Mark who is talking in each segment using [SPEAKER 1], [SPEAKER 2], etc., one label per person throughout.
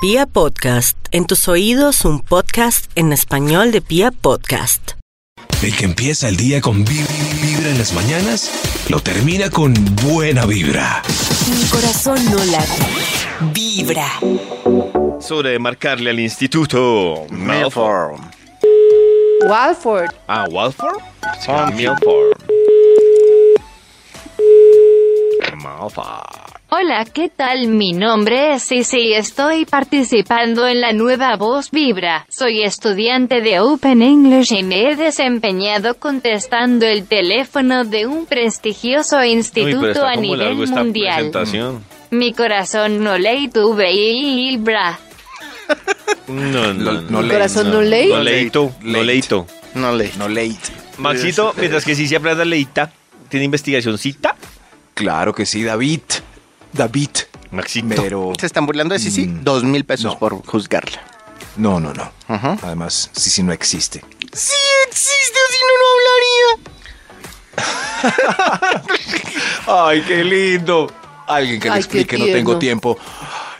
[SPEAKER 1] Pia Podcast, en tus oídos un podcast en español de Pia Podcast.
[SPEAKER 2] El que empieza el día con vi- vi- vibra en las mañanas, lo termina con buena vibra.
[SPEAKER 3] Mi corazón no late, vibra.
[SPEAKER 4] Sobre marcarle al instituto Milford.
[SPEAKER 5] Walford.
[SPEAKER 4] Ah, Walford? Ah, Milford. Milford.
[SPEAKER 6] Hola, ¿qué tal? Mi nombre es Sisi y estoy participando en la nueva Voz Vibra. Soy estudiante de Open English y me he desempeñado contestando el teléfono de un prestigioso
[SPEAKER 4] Uy, pero
[SPEAKER 6] instituto
[SPEAKER 4] está
[SPEAKER 6] a
[SPEAKER 4] como
[SPEAKER 6] nivel
[SPEAKER 4] largo esta
[SPEAKER 6] mundial.
[SPEAKER 4] presentación.
[SPEAKER 6] Mi corazón no le tuve y Vibra.
[SPEAKER 4] No, no,
[SPEAKER 7] Lo-
[SPEAKER 4] no.
[SPEAKER 7] no
[SPEAKER 5] Mi
[SPEAKER 7] late,
[SPEAKER 5] corazón no
[SPEAKER 7] no.
[SPEAKER 5] ley.
[SPEAKER 4] No leito, no
[SPEAKER 7] Late.
[SPEAKER 4] leito.
[SPEAKER 7] No late. No late.
[SPEAKER 4] Maxito, mientras que sí siempre anda leita, ¿tiene investigacioncita?
[SPEAKER 7] Claro que sí, David. David.
[SPEAKER 4] Maxito.
[SPEAKER 7] Pero.
[SPEAKER 8] ¿Se están burlando de Sisi?
[SPEAKER 7] Mm.
[SPEAKER 8] Dos mil pesos
[SPEAKER 7] No.
[SPEAKER 8] por juzgarla.
[SPEAKER 7] No, no, no.
[SPEAKER 8] Ajá.
[SPEAKER 7] Además, sí, sí, no existe.
[SPEAKER 8] Sí existe, si no, no hablaría.
[SPEAKER 7] ¡Ay, qué lindo! Alguien que le
[SPEAKER 5] Ay, qué
[SPEAKER 7] explique, no
[SPEAKER 5] tierno.
[SPEAKER 7] tengo tiempo.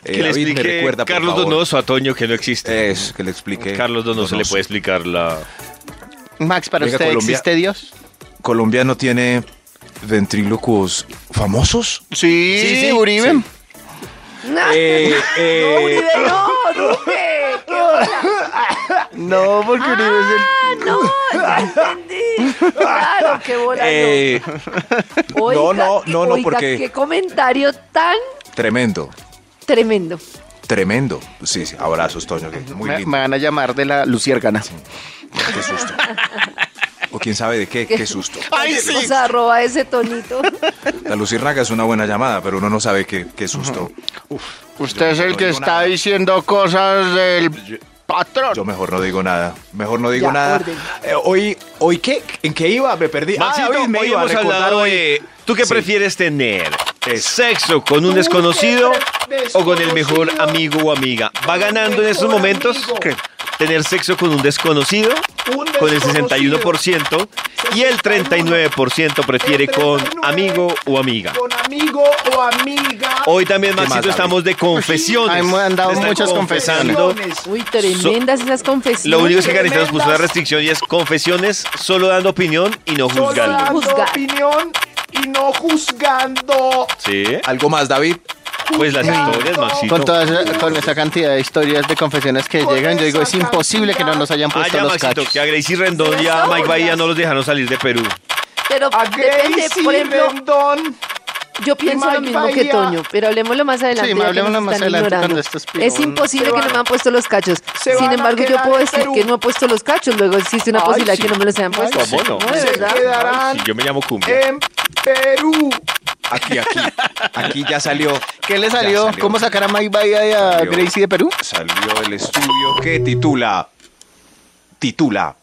[SPEAKER 7] Eh,
[SPEAKER 4] Que le
[SPEAKER 7] David, me
[SPEAKER 4] explique
[SPEAKER 7] recuerda, por
[SPEAKER 4] Carlos
[SPEAKER 7] favor.
[SPEAKER 4] Donoso a Toño que no existe.
[SPEAKER 7] Eso, que le explique.
[SPEAKER 4] Carlos Donoso le puede explicar la...
[SPEAKER 8] Max, ¿para
[SPEAKER 7] Llega
[SPEAKER 8] usted
[SPEAKER 7] Colombia.
[SPEAKER 8] existe Dios?
[SPEAKER 7] Colombia no tiene ventrílocuos famosos.
[SPEAKER 8] Sí,
[SPEAKER 7] sí,
[SPEAKER 8] Uribe.
[SPEAKER 7] sí. Eh, eh,
[SPEAKER 5] No, Uribe, no, Uribe. qué hola.
[SPEAKER 8] No, porque Uribe es
[SPEAKER 5] Ah, no, ya entendí. Claro, qué bola.
[SPEAKER 7] eh,
[SPEAKER 5] no. Oiga,
[SPEAKER 7] no, no, no, no,
[SPEAKER 5] oiga,
[SPEAKER 7] porque-
[SPEAKER 5] Qué comentario tan
[SPEAKER 7] tremendo,
[SPEAKER 5] tremendo.
[SPEAKER 7] tremendo. Sí, sí, abrazos, Toño, que muy
[SPEAKER 8] me,
[SPEAKER 7] lindo.
[SPEAKER 8] me van a llamar de la luciérgana.
[SPEAKER 7] Qué susto. O quién sabe de qué, qué susto.
[SPEAKER 8] Ay,
[SPEAKER 5] Cualquier
[SPEAKER 8] sí.
[SPEAKER 5] cosa, arroba ese tonito.
[SPEAKER 7] La lucirraga es una buena llamada, pero uno no sabe qué, qué susto.
[SPEAKER 8] Usted es el
[SPEAKER 7] no
[SPEAKER 8] que
[SPEAKER 7] digo
[SPEAKER 8] está
[SPEAKER 7] nada.
[SPEAKER 8] diciendo cosas del patrón.
[SPEAKER 7] Yo mejor no digo nada. Mejor no digo
[SPEAKER 5] Ya,
[SPEAKER 7] nada.
[SPEAKER 5] orden.
[SPEAKER 7] Eh, hoy, ¿Hoy qué? ¿En qué iba? Me perdí. Ah,
[SPEAKER 4] Maxito,
[SPEAKER 7] David, me
[SPEAKER 4] hoy
[SPEAKER 7] iba a
[SPEAKER 4] hemos
[SPEAKER 7] recordar
[SPEAKER 4] hablado
[SPEAKER 7] hoy.
[SPEAKER 4] de ¿tú qué
[SPEAKER 7] Sí.
[SPEAKER 4] prefieres tener?
[SPEAKER 7] Eso.
[SPEAKER 4] ¿Sexo con un desconocido o con el mejor
[SPEAKER 7] desconocido.
[SPEAKER 4] amigo o amiga? ¿Va ganando en estos
[SPEAKER 7] mejor
[SPEAKER 4] momentos
[SPEAKER 7] amigo.
[SPEAKER 4] ¿qué? tener sexo con un desconocido?
[SPEAKER 7] Un
[SPEAKER 4] Con el
[SPEAKER 7] desconocido.
[SPEAKER 4] 61% y el 39% prefiere
[SPEAKER 7] El
[SPEAKER 4] con
[SPEAKER 7] 39.
[SPEAKER 4] amigo o amiga.
[SPEAKER 7] Con amigo o amiga.
[SPEAKER 4] Hoy también,
[SPEAKER 7] ¿Qué más,
[SPEAKER 4] Maxito,
[SPEAKER 7] David?
[SPEAKER 4] estamos de confesiones.
[SPEAKER 8] Ay, me han dado
[SPEAKER 4] Te están
[SPEAKER 8] muchas confesiones.
[SPEAKER 4] confesando.
[SPEAKER 5] Uy, tremendas esas confesiones.
[SPEAKER 4] Lo único es que Carita nos
[SPEAKER 5] tremendas.
[SPEAKER 4] puso una restricción y es confesiones solo dando opinión y no juzgando.
[SPEAKER 5] Juzgar.
[SPEAKER 7] opinión y no juzgando.
[SPEAKER 4] Sí,
[SPEAKER 7] ¿Algo más, David?
[SPEAKER 4] pues las historias, Maxito.
[SPEAKER 8] Con, toda esa, con esa cantidad de historias de confesiones que llegan, yo digo, es imposible que no nos hayan
[SPEAKER 4] Ah,
[SPEAKER 8] puesto
[SPEAKER 4] ya,
[SPEAKER 8] los
[SPEAKER 4] Maxito,
[SPEAKER 8] cachos.
[SPEAKER 4] que a Gracie Rendón y a Mike Bahía no los dejaron salir de Perú.
[SPEAKER 5] Pero depende, por ejemplo, yo pienso lo
[SPEAKER 7] Mike
[SPEAKER 5] mismo que
[SPEAKER 7] Bahía.
[SPEAKER 5] Toño, pero hablemoslo más adelante.
[SPEAKER 8] Sí,
[SPEAKER 5] ya que
[SPEAKER 8] hablemoslo
[SPEAKER 5] nos
[SPEAKER 8] más
[SPEAKER 5] están
[SPEAKER 8] adelante
[SPEAKER 5] ignorando.
[SPEAKER 8] cuando estos pibos
[SPEAKER 5] Es imposible
[SPEAKER 7] se
[SPEAKER 5] que
[SPEAKER 7] van-
[SPEAKER 5] no me han puesto los cachos.
[SPEAKER 7] se
[SPEAKER 5] Sin
[SPEAKER 7] van a
[SPEAKER 5] embargo, yo
[SPEAKER 7] quedar
[SPEAKER 5] puedo
[SPEAKER 7] en
[SPEAKER 5] decir
[SPEAKER 7] Perú.
[SPEAKER 5] que no he puesto los cachos. Luego existe una
[SPEAKER 7] Ay,
[SPEAKER 5] posibilidad
[SPEAKER 7] sí.
[SPEAKER 5] que no me los hayan
[SPEAKER 7] Ay,
[SPEAKER 5] puesto.
[SPEAKER 4] ¿cómo no?
[SPEAKER 5] de
[SPEAKER 4] Se
[SPEAKER 5] verdad.
[SPEAKER 7] quedarán
[SPEAKER 4] Sí, yo me llamo
[SPEAKER 5] Eh,
[SPEAKER 4] Cumbia.
[SPEAKER 7] en Perú. Aquí, aquí. Aquí ya salió.
[SPEAKER 8] ¿Qué le
[SPEAKER 7] Ya
[SPEAKER 8] salió? ¿Cómo sacar a Mike Bahía y a
[SPEAKER 7] Salió.
[SPEAKER 8] Gracie de Perú?
[SPEAKER 7] Salió el estudio que titula. Titula.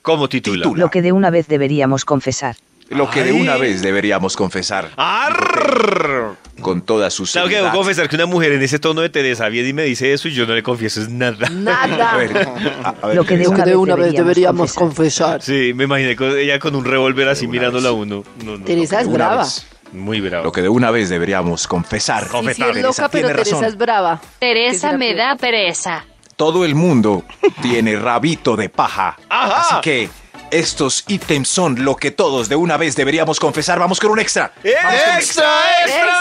[SPEAKER 4] ¿Cómo titula?
[SPEAKER 7] Titula.
[SPEAKER 9] Lo que de una vez deberíamos confesar.
[SPEAKER 7] Lo que de
[SPEAKER 4] Ay.
[SPEAKER 7] una vez deberíamos confesar.
[SPEAKER 4] Arr.
[SPEAKER 7] Con toda su
[SPEAKER 4] Ah. Claro que
[SPEAKER 7] seriedad.
[SPEAKER 4] debo confesar que una mujer en ese tono de Teresa bien y me dice eso y yo no le confieso es nada.
[SPEAKER 7] A
[SPEAKER 5] Nada.
[SPEAKER 7] ver, a- a ver,
[SPEAKER 9] Lo que de
[SPEAKER 7] Teresa.
[SPEAKER 9] una,
[SPEAKER 5] de una vez deberíamos
[SPEAKER 9] deberíamos confesar.
[SPEAKER 5] confesar.
[SPEAKER 4] Sí, me imaginé con ella con un revólver así
[SPEAKER 7] una
[SPEAKER 4] mirándola a
[SPEAKER 7] vez.
[SPEAKER 4] uno. No, no,
[SPEAKER 5] Teresa
[SPEAKER 7] Lo
[SPEAKER 5] es
[SPEAKER 7] que de una
[SPEAKER 5] brava.
[SPEAKER 7] vez-
[SPEAKER 5] Sí,
[SPEAKER 4] Muy bravo.
[SPEAKER 7] Lo que de una vez deberíamos confesar.
[SPEAKER 5] sí, es
[SPEAKER 7] Teresa
[SPEAKER 5] loca, pero
[SPEAKER 7] tiene razón.
[SPEAKER 5] Teresa es brava.
[SPEAKER 6] Teresa
[SPEAKER 5] será
[SPEAKER 6] me
[SPEAKER 5] peor?
[SPEAKER 6] da pereza.
[SPEAKER 7] Todo el mundo tiene rabito de paja.
[SPEAKER 4] Ajá.
[SPEAKER 7] Así que estos ítems son lo que todos de una vez deberíamos confesar. Vamos con un extra. Vamos con un
[SPEAKER 4] ¡Extra,
[SPEAKER 5] ¡Extra,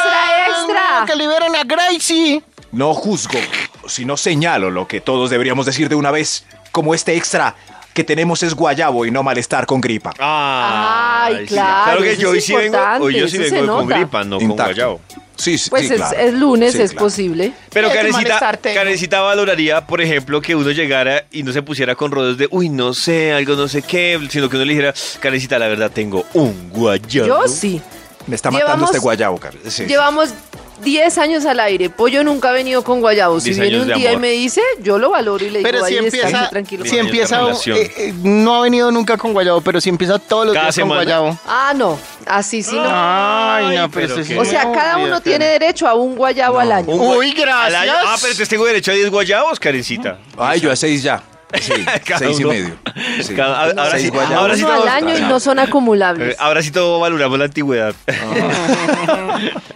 [SPEAKER 5] extra!
[SPEAKER 8] ¡Que liberen a Gracie!
[SPEAKER 7] No juzgo, sino señalo lo que todos deberíamos decir de una vez, como este extra que tenemos es guayabo y no malestar con gripa.
[SPEAKER 4] Ah, Ay,
[SPEAKER 5] Ay,
[SPEAKER 4] sí.
[SPEAKER 5] claro,
[SPEAKER 4] Claro que
[SPEAKER 5] eso
[SPEAKER 4] yo hoy
[SPEAKER 5] es
[SPEAKER 4] sí vengo, hoy yo sí
[SPEAKER 5] importante, eso
[SPEAKER 4] vengo
[SPEAKER 5] se
[SPEAKER 4] con
[SPEAKER 5] nota.
[SPEAKER 4] gripa, no con
[SPEAKER 7] Intacto.
[SPEAKER 4] guayabo.
[SPEAKER 7] Sí, sí,
[SPEAKER 5] Pues
[SPEAKER 7] sí,
[SPEAKER 5] es,
[SPEAKER 7] claro.
[SPEAKER 5] es lunes,
[SPEAKER 7] Sí,
[SPEAKER 5] es
[SPEAKER 7] claro.
[SPEAKER 5] posible.
[SPEAKER 4] Pero
[SPEAKER 8] Hay que
[SPEAKER 4] Karencita,
[SPEAKER 8] molestarte.
[SPEAKER 4] Karencita valoraría, por ejemplo, que uno llegara y no se pusiera con rodeos de, uy, no sé, algo no sé qué, sino que uno le dijera, Karencita, la verdad tengo un guayabo.
[SPEAKER 5] Yo sí.
[SPEAKER 7] Me está matando
[SPEAKER 5] Llevamos-
[SPEAKER 7] este guayabo, Carlos. Sí, sí.
[SPEAKER 5] Llevamos 10 años al aire. Pollo nunca ha venido con guayabo. Si
[SPEAKER 4] 10
[SPEAKER 5] viene
[SPEAKER 4] años
[SPEAKER 5] un
[SPEAKER 4] de
[SPEAKER 5] día y
[SPEAKER 4] amor.
[SPEAKER 5] me dice, yo lo valoro y le digo,
[SPEAKER 8] Pero si
[SPEAKER 5] ahí descanse
[SPEAKER 8] empieza,
[SPEAKER 5] tranquilo.
[SPEAKER 8] si
[SPEAKER 4] Años de
[SPEAKER 8] empieza,
[SPEAKER 4] relación.
[SPEAKER 8] eh, eh, no ha venido nunca con Guayabo, pero si empieza todos los
[SPEAKER 4] Cada
[SPEAKER 8] días
[SPEAKER 4] semana.
[SPEAKER 8] con Guayabo.
[SPEAKER 5] Ah, no. Así sí no.
[SPEAKER 8] Ay, no,
[SPEAKER 4] pero
[SPEAKER 8] pero, eso sí
[SPEAKER 4] qué-
[SPEAKER 5] O sea,
[SPEAKER 8] no,
[SPEAKER 5] cada uno
[SPEAKER 8] Ah, olvídate.
[SPEAKER 5] tiene derecho a un guayabo al año.
[SPEAKER 4] Un guay-
[SPEAKER 8] Uy, gracias.
[SPEAKER 4] al año- Ah, pero entonces tengo derecho a 10 guayabos, Karencita.
[SPEAKER 7] Ay, yo a seis ya. Sí,
[SPEAKER 4] Cada
[SPEAKER 7] seis y
[SPEAKER 4] uno.
[SPEAKER 7] medio. Sí.
[SPEAKER 4] Cada- a- ahora,
[SPEAKER 7] Seis
[SPEAKER 4] sí,
[SPEAKER 7] guayabas.
[SPEAKER 4] ahora sí
[SPEAKER 5] Uno al
[SPEAKER 4] todos-
[SPEAKER 5] año y no son acumulables.
[SPEAKER 4] eh, ahora sí todo valoramos la antigüedad.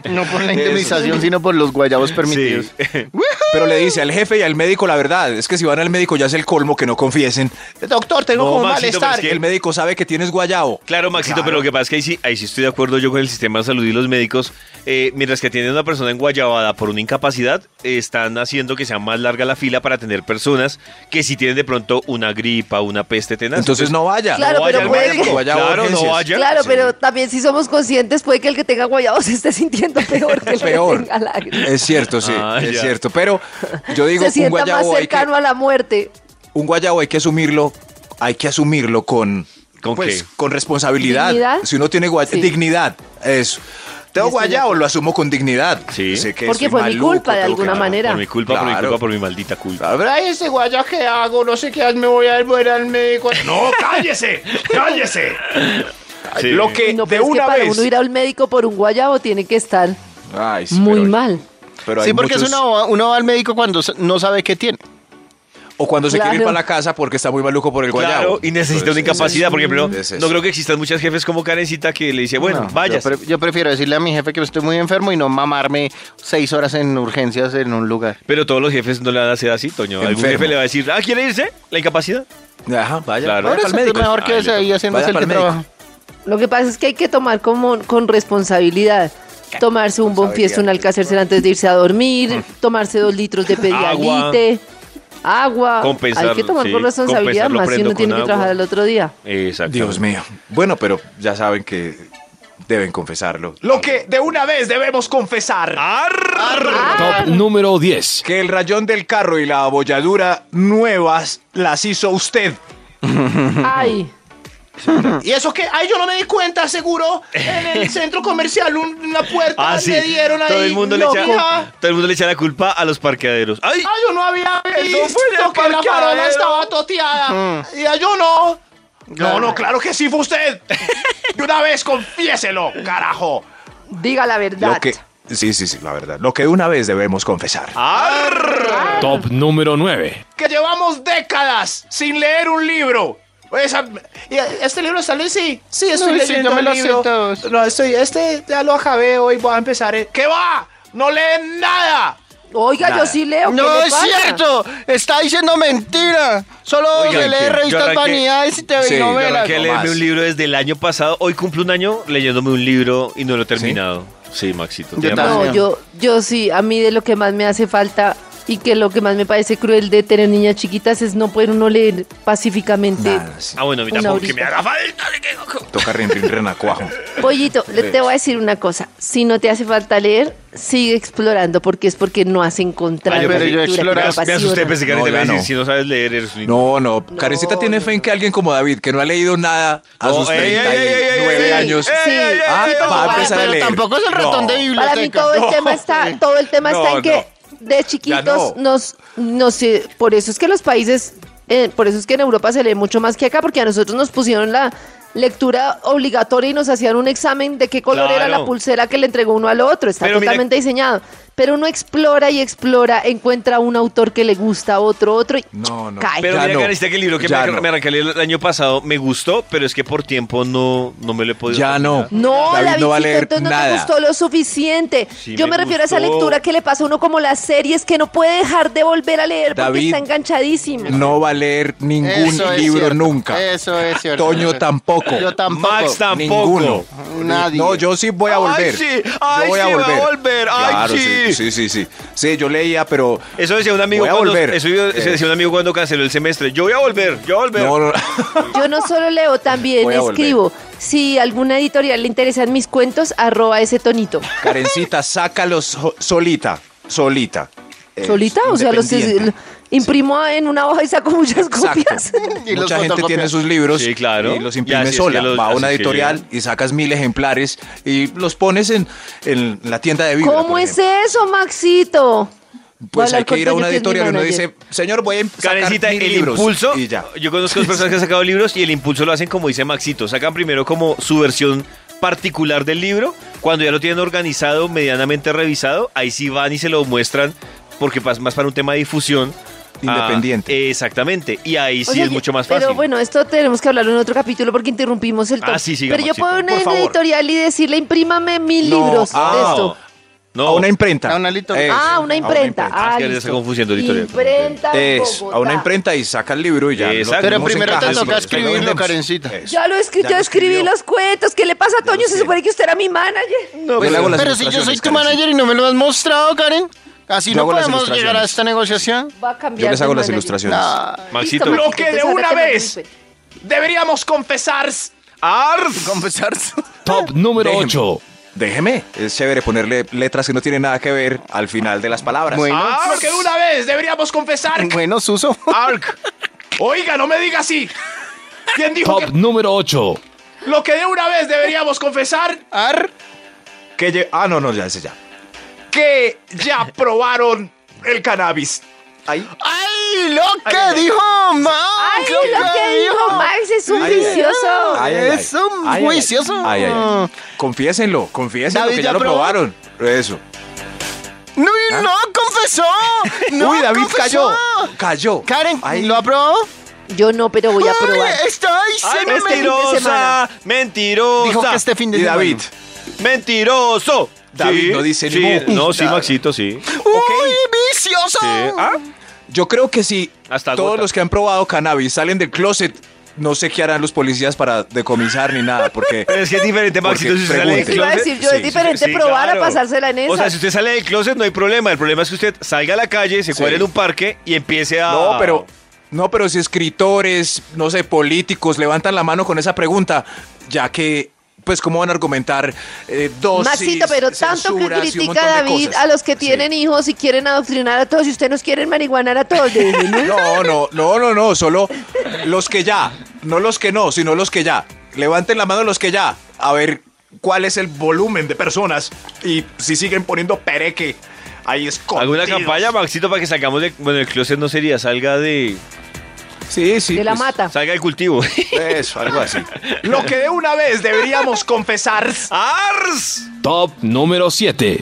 [SPEAKER 8] No por la indemnización, sino por los guayabos permitidos.
[SPEAKER 4] Sí.
[SPEAKER 7] Pero le dice al jefe y al médico la verdad. Es que si van al médico ya es el colmo que no confiesen. Doctor, tengo
[SPEAKER 4] No,
[SPEAKER 7] como un
[SPEAKER 4] Maxito,
[SPEAKER 7] malestar.
[SPEAKER 4] pero es que-
[SPEAKER 7] El médico sabe que tienes guayabo.
[SPEAKER 4] Claro, Maxito, pero lo que pasa es que ahí sí, ahí sí estoy de acuerdo yo con el sistema de salud y los médicos. Eh, mientras que atienden a una persona en Guayabada por una incapacidad, eh, están haciendo que sea más larga la fila para atender personas que si tienen de pronto una gripa, una peste tenaz.
[SPEAKER 7] Entonces no vaya.
[SPEAKER 5] Claro,
[SPEAKER 4] no vaya al
[SPEAKER 5] pero puede
[SPEAKER 4] médico.
[SPEAKER 5] que-
[SPEAKER 7] Guayabo
[SPEAKER 4] Claro, no
[SPEAKER 7] urgencias.
[SPEAKER 4] vaya.
[SPEAKER 5] Claro,
[SPEAKER 7] Sí.
[SPEAKER 5] pero también si somos conscientes puede que el que tenga guayabo se esté sintiendo peor que el
[SPEAKER 7] Peor.
[SPEAKER 5] que tenga la gripe.
[SPEAKER 7] Es cierto, sí,
[SPEAKER 4] Ah,
[SPEAKER 7] es
[SPEAKER 4] ya.
[SPEAKER 7] cierto. Pero yo digo,
[SPEAKER 5] Se
[SPEAKER 7] un
[SPEAKER 5] sienta más
[SPEAKER 7] guayabo, hay que,
[SPEAKER 5] cercano a la muerte.
[SPEAKER 7] un guayabo hay que asumirlo, hay que asumirlo con,
[SPEAKER 4] ¿Con
[SPEAKER 7] pues,
[SPEAKER 4] qué?
[SPEAKER 7] con responsabilidad.
[SPEAKER 5] ¿Dignidad?
[SPEAKER 7] Si uno tiene guayabo,
[SPEAKER 5] Sí.
[SPEAKER 7] dignidad, eso. Tengo
[SPEAKER 5] Estoy de
[SPEAKER 7] guayabo, lo asumo con dignidad.
[SPEAKER 4] Sí.
[SPEAKER 7] Sé que
[SPEAKER 5] Porque
[SPEAKER 7] soy
[SPEAKER 5] fue mi
[SPEAKER 7] maluco,
[SPEAKER 5] culpa de
[SPEAKER 7] tengo que-
[SPEAKER 5] alguna manera.
[SPEAKER 4] Por mi culpa, por mi
[SPEAKER 7] Claro.
[SPEAKER 4] culpa, por mi maldita culpa.
[SPEAKER 7] Habrá ese guayabo que hago, no sé qué, me voy a ir al médico. No, cállese, cállese.
[SPEAKER 4] Sí.
[SPEAKER 7] Lo que
[SPEAKER 5] No,
[SPEAKER 7] Eh, de
[SPEAKER 5] pero es que
[SPEAKER 7] una
[SPEAKER 5] para
[SPEAKER 7] vez.
[SPEAKER 5] uno ir al médico por un guayabo tiene que estar
[SPEAKER 7] Ay, sí,
[SPEAKER 5] muy
[SPEAKER 7] pero-
[SPEAKER 5] mal.
[SPEAKER 7] pero hay
[SPEAKER 8] Sí, porque
[SPEAKER 7] muchos-
[SPEAKER 8] es una, boba- uno va al médico cuando s- no sabe qué tiene.
[SPEAKER 7] O cuando se quiere ir
[SPEAKER 5] Claro.
[SPEAKER 7] para la casa porque está muy maluco por el guayabo.
[SPEAKER 4] Claro, y necesita una
[SPEAKER 7] Entonces,
[SPEAKER 4] incapacidad. Por ejemplo,
[SPEAKER 7] es eso.
[SPEAKER 4] no creo que existan muchas jefes como Karencita que le dice, bueno,
[SPEAKER 8] No,
[SPEAKER 4] vayas.
[SPEAKER 8] Yo, pre- yo prefiero decirle a mi jefe que estoy muy enfermo y no mamarme seis horas en urgencias en un lugar.
[SPEAKER 4] Pero todos los jefes no le van a hacer así, Toño. Algún
[SPEAKER 7] Enfermo.
[SPEAKER 4] jefe le va a decir, ah, ¿quiere irse? La incapacidad.
[SPEAKER 7] Ajá, vaya.
[SPEAKER 4] Claro.
[SPEAKER 7] vaya
[SPEAKER 8] Ahora
[SPEAKER 7] pa'l
[SPEAKER 8] es mejor
[SPEAKER 4] Ay,
[SPEAKER 8] que ese
[SPEAKER 4] le
[SPEAKER 8] ahí
[SPEAKER 4] toca.
[SPEAKER 8] haciendo
[SPEAKER 7] Vaya
[SPEAKER 8] el
[SPEAKER 7] pa'l médico.
[SPEAKER 8] trabajo.
[SPEAKER 5] Lo que pasa es que hay que tomar como, con responsabilidad. Tomarse un buen fiesta, un alcacercer antes de irse a
[SPEAKER 7] Mm.
[SPEAKER 5] dormir, tomarse dos litros de pedialite, agua.
[SPEAKER 4] Compensar,
[SPEAKER 5] hay que tomar
[SPEAKER 4] sí,
[SPEAKER 5] con responsabilidad,
[SPEAKER 4] compensarlo
[SPEAKER 5] más si
[SPEAKER 4] prendo
[SPEAKER 5] uno
[SPEAKER 4] con
[SPEAKER 5] tiene que
[SPEAKER 4] agua.
[SPEAKER 5] trabajar el otro día.
[SPEAKER 4] Exacto.
[SPEAKER 7] Dios mío. Bueno, pero ya saben que deben confesarlo. Lo que de una vez debemos confesar.
[SPEAKER 2] Top número 10.
[SPEAKER 7] Que el rayón del carro y la abolladura nuevas las hizo usted.
[SPEAKER 5] Ay,
[SPEAKER 7] ¿Y eso qué? Ay, yo no me di cuenta, seguro. En el centro comercial, una puerta
[SPEAKER 4] Ah, sí. todo, el mundo le echa, todo el mundo le echa la culpa a los parqueaderos. ¡Ay!
[SPEAKER 7] yo no había
[SPEAKER 4] visto que la farola estaba
[SPEAKER 7] toteada. Y yo no. No, no, claro que sí fue usted. De una vez, confiéselo, carajo.
[SPEAKER 5] diga la verdad.
[SPEAKER 7] Sí, sí, sí, la verdad. Lo que de una vez debemos confesar.
[SPEAKER 2] Top número 9.
[SPEAKER 7] Que llevamos décadas sin leer un libro. Esa- y este libro sale, sí. Sí, estoy
[SPEAKER 8] No, sí,
[SPEAKER 7] leyendo
[SPEAKER 8] yo me
[SPEAKER 7] el
[SPEAKER 8] lo sé
[SPEAKER 7] libro.
[SPEAKER 8] todos.
[SPEAKER 7] No, estoy, este ya lo acabé hoy, voy a empezar. eh. ¿Qué va? ¡No leen nada!
[SPEAKER 5] Oiga, yo sí leo. ¿qué
[SPEAKER 8] No
[SPEAKER 5] le
[SPEAKER 8] es
[SPEAKER 5] pasa?
[SPEAKER 8] cierto, está diciendo mentira. Solo
[SPEAKER 4] Oigan,
[SPEAKER 8] se lee
[SPEAKER 4] yo
[SPEAKER 8] revistas
[SPEAKER 4] arranqué-
[SPEAKER 8] vanidades y TV
[SPEAKER 7] Sí, yo
[SPEAKER 8] novelas.
[SPEAKER 4] que
[SPEAKER 7] no
[SPEAKER 4] leerme
[SPEAKER 7] más.
[SPEAKER 4] un libro desde el año pasado. Hoy cumplo un año leyéndome un libro y no lo he terminado. Sí, Maxito. tiene
[SPEAKER 8] también.
[SPEAKER 4] razón.
[SPEAKER 5] No, yo, yo sí, a mí de lo que más me hace falta y que lo que más me parece cruel de tener niñas chiquitas es no poder uno leer pacíficamente.
[SPEAKER 4] Ah, bueno, a mí
[SPEAKER 5] Una
[SPEAKER 4] tampoco que
[SPEAKER 5] horita.
[SPEAKER 4] me haga falta.
[SPEAKER 7] Toca rin, rin, renacuajo.
[SPEAKER 5] Pollito, le- te voy a decir una cosa. Si no te hace falta leer, sigue explorando porque es porque no has encontrado.
[SPEAKER 4] Ah, yo
[SPEAKER 5] la
[SPEAKER 4] pensé-
[SPEAKER 8] yo
[SPEAKER 5] lectura que
[SPEAKER 8] exploraba-
[SPEAKER 5] te
[SPEAKER 8] me
[SPEAKER 4] Me
[SPEAKER 5] apasiona.
[SPEAKER 4] asusté, pensé que
[SPEAKER 7] No,
[SPEAKER 4] Karen te iba a
[SPEAKER 7] ya
[SPEAKER 4] decir,
[SPEAKER 7] no.
[SPEAKER 4] si no sabes leer, eres un idiota.
[SPEAKER 7] No, no, Karencita tiene fe en que alguien como David, que no ha leído nada a
[SPEAKER 4] No,
[SPEAKER 7] sus
[SPEAKER 4] ey, ey, ey,
[SPEAKER 7] 39
[SPEAKER 4] ey, ey, ey,
[SPEAKER 7] años.
[SPEAKER 5] Sí, sí,
[SPEAKER 7] ah,
[SPEAKER 5] porque
[SPEAKER 7] va a
[SPEAKER 5] para-
[SPEAKER 7] empezar a
[SPEAKER 8] pero
[SPEAKER 7] leer.
[SPEAKER 8] tampoco es el ratón
[SPEAKER 7] No.
[SPEAKER 8] de biblioteca.
[SPEAKER 5] Para mí todo el tema está, todo el tema está
[SPEAKER 7] No,
[SPEAKER 5] en que de
[SPEAKER 7] Ya
[SPEAKER 5] chiquitos
[SPEAKER 7] no.
[SPEAKER 5] nos, no sé, por eso es que los países, eh, por eso es que en Europa se lee mucho más que acá, porque a nosotros nos pusieron la lectura obligatoria y nos hacían un examen de qué color era
[SPEAKER 4] Claro.
[SPEAKER 5] la pulsera que le entregó uno al otro, está
[SPEAKER 4] Pero mira-
[SPEAKER 5] totalmente diseñado. Pero uno explora y explora, encuentra un autor que le gusta, otro, otro y
[SPEAKER 7] No, no.
[SPEAKER 5] cae.
[SPEAKER 4] Pero
[SPEAKER 7] Ya
[SPEAKER 4] mira,
[SPEAKER 7] no,
[SPEAKER 4] Karencita, que el libro que me,
[SPEAKER 7] ya
[SPEAKER 4] arran-
[SPEAKER 7] no.
[SPEAKER 4] me arranqué a leer el año pasado me gustó, pero es que por tiempo no, no me lo he podido.
[SPEAKER 7] Ya no.
[SPEAKER 4] terminar.
[SPEAKER 5] No, Davidcito,
[SPEAKER 7] David no va a leer
[SPEAKER 5] entonces no
[SPEAKER 7] nada.
[SPEAKER 5] te gustó lo suficiente.
[SPEAKER 4] Sí,
[SPEAKER 5] Yo
[SPEAKER 4] me
[SPEAKER 5] me, refiero a esa
[SPEAKER 4] gustó.
[SPEAKER 5] lectura que le pasa a uno como las series que no puede dejar de volver a leer porque
[SPEAKER 7] David,
[SPEAKER 5] está enganchadísimo.
[SPEAKER 7] No va a leer ningún
[SPEAKER 8] Eso es
[SPEAKER 7] libro
[SPEAKER 8] cierto,
[SPEAKER 7] nunca.
[SPEAKER 8] Eso es cierto.
[SPEAKER 7] Toño
[SPEAKER 8] eso es-
[SPEAKER 7] tampoco.
[SPEAKER 8] Yo tampoco.
[SPEAKER 4] Max tampoco.
[SPEAKER 7] Ninguno.
[SPEAKER 8] Nadie.
[SPEAKER 7] No, yo sí voy a
[SPEAKER 4] Ay,
[SPEAKER 7] volver.
[SPEAKER 4] sí,
[SPEAKER 7] Yo
[SPEAKER 4] ay,
[SPEAKER 7] voy a
[SPEAKER 4] sí, va a
[SPEAKER 7] volver.
[SPEAKER 4] volver, ay,
[SPEAKER 7] Claro,
[SPEAKER 4] sí.
[SPEAKER 7] sí, sí, sí. Sí, yo leía, pero
[SPEAKER 4] Eso decía un amigo
[SPEAKER 7] Voy a
[SPEAKER 4] cuando,
[SPEAKER 7] volver. Eh.
[SPEAKER 4] eso yo- eso decía un amigo cuando canceló el semestre. Yo voy a volver, yo voy a volver.
[SPEAKER 7] no, no.
[SPEAKER 5] Yo no solo leo, también
[SPEAKER 7] Voy a volver.
[SPEAKER 5] escribo. Si alguna editorial le interesan mis cuentos, arroba ese tonito.
[SPEAKER 7] Karencita, sácalos so- solita, solita. Eh,
[SPEAKER 5] ¿Solita? O sea, los
[SPEAKER 7] independiente.
[SPEAKER 5] imprimo en una hoja y saco muchas
[SPEAKER 7] Exacto.
[SPEAKER 5] copias.
[SPEAKER 8] Y los
[SPEAKER 7] Mucha gente
[SPEAKER 8] fotocopias.
[SPEAKER 7] tiene sus libros
[SPEAKER 4] Sí, claro.
[SPEAKER 7] y los
[SPEAKER 4] Y
[SPEAKER 7] imprime
[SPEAKER 4] así es
[SPEAKER 7] sola.
[SPEAKER 4] que los-
[SPEAKER 7] Va a una
[SPEAKER 4] así es que-
[SPEAKER 7] editorial y sacas mil ejemplares y los pones en, en la tienda de Vibra.
[SPEAKER 5] ¿Cómo
[SPEAKER 7] por
[SPEAKER 5] es
[SPEAKER 7] ejemplo.
[SPEAKER 5] eso, Maxito?
[SPEAKER 7] Pues
[SPEAKER 5] Voy
[SPEAKER 7] hay
[SPEAKER 5] hablar
[SPEAKER 7] que
[SPEAKER 5] con
[SPEAKER 7] ir a
[SPEAKER 5] Toño,
[SPEAKER 7] una
[SPEAKER 5] que es mi
[SPEAKER 7] editorial y uno
[SPEAKER 5] manager.
[SPEAKER 7] dice, señor, voy a sacar
[SPEAKER 4] Karencita,
[SPEAKER 7] mil
[SPEAKER 4] el
[SPEAKER 7] libros.
[SPEAKER 4] impulso.
[SPEAKER 7] Y ya.
[SPEAKER 4] Yo conozco las personas que han sacado libros y el impulso lo hacen como dice Maxito. Sacan primero como su versión particular del libro. Cuando ya lo tienen organizado, medianamente revisado, ahí sí van y se lo muestran, porque pas- más para un tema de difusión.
[SPEAKER 7] independiente.
[SPEAKER 4] Ah, exactamente. Y ahí sí
[SPEAKER 5] O sea
[SPEAKER 4] es
[SPEAKER 5] que-
[SPEAKER 4] mucho más fácil.
[SPEAKER 5] Pero bueno, esto tenemos que hablarlo en otro capítulo porque interrumpimos el
[SPEAKER 4] Ah,
[SPEAKER 5] top.
[SPEAKER 4] sí, sigamos,
[SPEAKER 5] pero yo
[SPEAKER 4] sí,
[SPEAKER 5] puedo
[SPEAKER 4] por
[SPEAKER 5] una
[SPEAKER 7] favor.
[SPEAKER 5] editorial y decirle, imprímame mil
[SPEAKER 7] No,
[SPEAKER 5] libros de
[SPEAKER 4] Ah,
[SPEAKER 5] esto.
[SPEAKER 4] No,
[SPEAKER 7] A una imprenta.
[SPEAKER 8] A una lito-
[SPEAKER 7] Eso,
[SPEAKER 5] ah, una imprenta.
[SPEAKER 7] imprenta.
[SPEAKER 5] Ah,
[SPEAKER 4] Es que le
[SPEAKER 5] listo.
[SPEAKER 4] está confundiendo editorial.
[SPEAKER 5] Imprenta en
[SPEAKER 7] Eso, a
[SPEAKER 5] Bogotá.
[SPEAKER 7] una imprenta y saca el libro y ya. lo
[SPEAKER 4] Exacto.
[SPEAKER 7] tenemos
[SPEAKER 4] Pero
[SPEAKER 7] en
[SPEAKER 8] primero te
[SPEAKER 7] cajas y
[SPEAKER 8] toca
[SPEAKER 7] después lo
[SPEAKER 8] escribirlo,
[SPEAKER 7] vendemos.
[SPEAKER 8] Karencita.
[SPEAKER 7] Eso.
[SPEAKER 5] Ya lo escribí,
[SPEAKER 7] Ya
[SPEAKER 5] ya
[SPEAKER 7] lo
[SPEAKER 5] escribí
[SPEAKER 7] escribió.
[SPEAKER 5] los cuentos. ¿Qué le pasa a Toño? Se
[SPEAKER 7] escribió.
[SPEAKER 5] supone que usted era mi manager.
[SPEAKER 7] Pues le hago las
[SPEAKER 8] Pero si yo soy
[SPEAKER 7] ilustraciones,
[SPEAKER 8] tu
[SPEAKER 7] Karencita.
[SPEAKER 8] manager y no me lo has mostrado, Karen, así
[SPEAKER 7] Yo
[SPEAKER 8] no
[SPEAKER 7] hago las
[SPEAKER 8] podemos llegar a
[SPEAKER 7] ilustraciones.
[SPEAKER 8] esta negociación.
[SPEAKER 5] Va a cambiar.
[SPEAKER 7] Yo les hago
[SPEAKER 5] de
[SPEAKER 7] las
[SPEAKER 5] manager. Ah,
[SPEAKER 7] ilustraciones.
[SPEAKER 4] Maxito.
[SPEAKER 5] Listo,
[SPEAKER 7] Lo que de
[SPEAKER 5] Entonces,
[SPEAKER 7] una
[SPEAKER 5] ahora que
[SPEAKER 7] vez
[SPEAKER 5] me ocupe.
[SPEAKER 7] deberíamos confesar. Arf.
[SPEAKER 8] Confesar.
[SPEAKER 2] Top número
[SPEAKER 7] Déjeme.
[SPEAKER 2] 8.
[SPEAKER 7] Déjeme. Es chévere ponerle letras que no tienen nada que ver al final de las palabras.
[SPEAKER 8] Bueno.
[SPEAKER 7] Arf, que de una vez deberíamos confesar.
[SPEAKER 8] Bueno, Suso.
[SPEAKER 7] Arc. Oiga, no me diga así. ¿Quién dijo
[SPEAKER 2] Top número 8.
[SPEAKER 7] lo que de una vez deberíamos confesar?
[SPEAKER 8] Ar.
[SPEAKER 7] Que lle- ah, no, no, ya ese ya. Que ya probaron el cannabis. Ahí.
[SPEAKER 8] ¡Ay, lo que
[SPEAKER 7] Ay, ay.
[SPEAKER 8] dijo Max!
[SPEAKER 5] Ay, lo que dijo Max es un vicioso.
[SPEAKER 7] Ay, ay, ay.
[SPEAKER 8] Es un
[SPEAKER 7] Ay, ay, ay.
[SPEAKER 8] juicioso.
[SPEAKER 7] Ay, ay, ay. Confiésenlo, confiésenlo
[SPEAKER 8] David,
[SPEAKER 7] que
[SPEAKER 8] ¿ya
[SPEAKER 7] ya lo
[SPEAKER 8] probó?
[SPEAKER 7] probaron. Eso.
[SPEAKER 8] No, no, confesó. No,
[SPEAKER 7] Uy, David
[SPEAKER 8] confesó.
[SPEAKER 7] cayó. Cayó.
[SPEAKER 8] Karen,
[SPEAKER 7] Ay.
[SPEAKER 8] ¿lo aprobó?
[SPEAKER 5] Yo no, pero voy a
[SPEAKER 8] Ay,
[SPEAKER 5] probar.
[SPEAKER 8] Estoy
[SPEAKER 4] Ay, este
[SPEAKER 8] segura.
[SPEAKER 4] mentirosa, mentirosa.
[SPEAKER 8] Dijo que este fin de
[SPEAKER 7] Y
[SPEAKER 8] semana.
[SPEAKER 7] David.
[SPEAKER 4] Mentiroso.
[SPEAKER 7] David no dice ni
[SPEAKER 4] sí,
[SPEAKER 7] mu.
[SPEAKER 4] No, sí, Maxito, sí.
[SPEAKER 8] ¡Uy, vicioso!
[SPEAKER 4] Sí.
[SPEAKER 7] ¿Ah? Yo creo que si
[SPEAKER 4] Hasta
[SPEAKER 7] todos
[SPEAKER 4] gota.
[SPEAKER 7] los que han probado cannabis salen del closet, no sé qué harán los policías para decomisar ni nada, porque
[SPEAKER 4] Pero es que es diferente, Maxito,
[SPEAKER 7] Porque
[SPEAKER 4] si usted sale del
[SPEAKER 5] Eso
[SPEAKER 7] pregunte.
[SPEAKER 5] iba a
[SPEAKER 4] closet.
[SPEAKER 5] decir yo,
[SPEAKER 7] Sí,
[SPEAKER 5] es diferente
[SPEAKER 4] sí,
[SPEAKER 5] probar
[SPEAKER 4] claro.
[SPEAKER 5] a pasársela en esa.
[SPEAKER 4] O sea, si usted sale del closet no hay problema. El problema es que usted salga a la calle, se
[SPEAKER 7] Sí.
[SPEAKER 4] cuele en un parque y empiece a...
[SPEAKER 7] no, pero no, pero si escritores, no sé, políticos levantan la mano con esa pregunta, ya que pues cómo van a argumentar eh, dosis,
[SPEAKER 5] Maxito, pero tanto que
[SPEAKER 7] censuras y un
[SPEAKER 5] critica
[SPEAKER 7] montón de
[SPEAKER 5] David
[SPEAKER 7] cosas?
[SPEAKER 5] a los que
[SPEAKER 7] Sí.
[SPEAKER 5] tienen hijos y quieren adoctrinar a todos y usted nos quieren marihuanar a todos. déjenlo.
[SPEAKER 7] No, no, no, no, no, solo los que ya, no los que no, sino los que ya. Levanten la mano los que ya, a ver cuál es el volumen de personas y si siguen poniendo pereque ahí es
[SPEAKER 4] ¿Alguna campaña, Maxito, para que salgamos de... Bueno, el closet no sería, salga de...
[SPEAKER 7] Sí, sí.
[SPEAKER 5] de la
[SPEAKER 7] pues,
[SPEAKER 5] mata.
[SPEAKER 4] Salga del cultivo.
[SPEAKER 7] Eso, algo así. Lo que de una vez deberíamos confesar
[SPEAKER 4] Ah. ¡Ars!
[SPEAKER 2] Top número 7.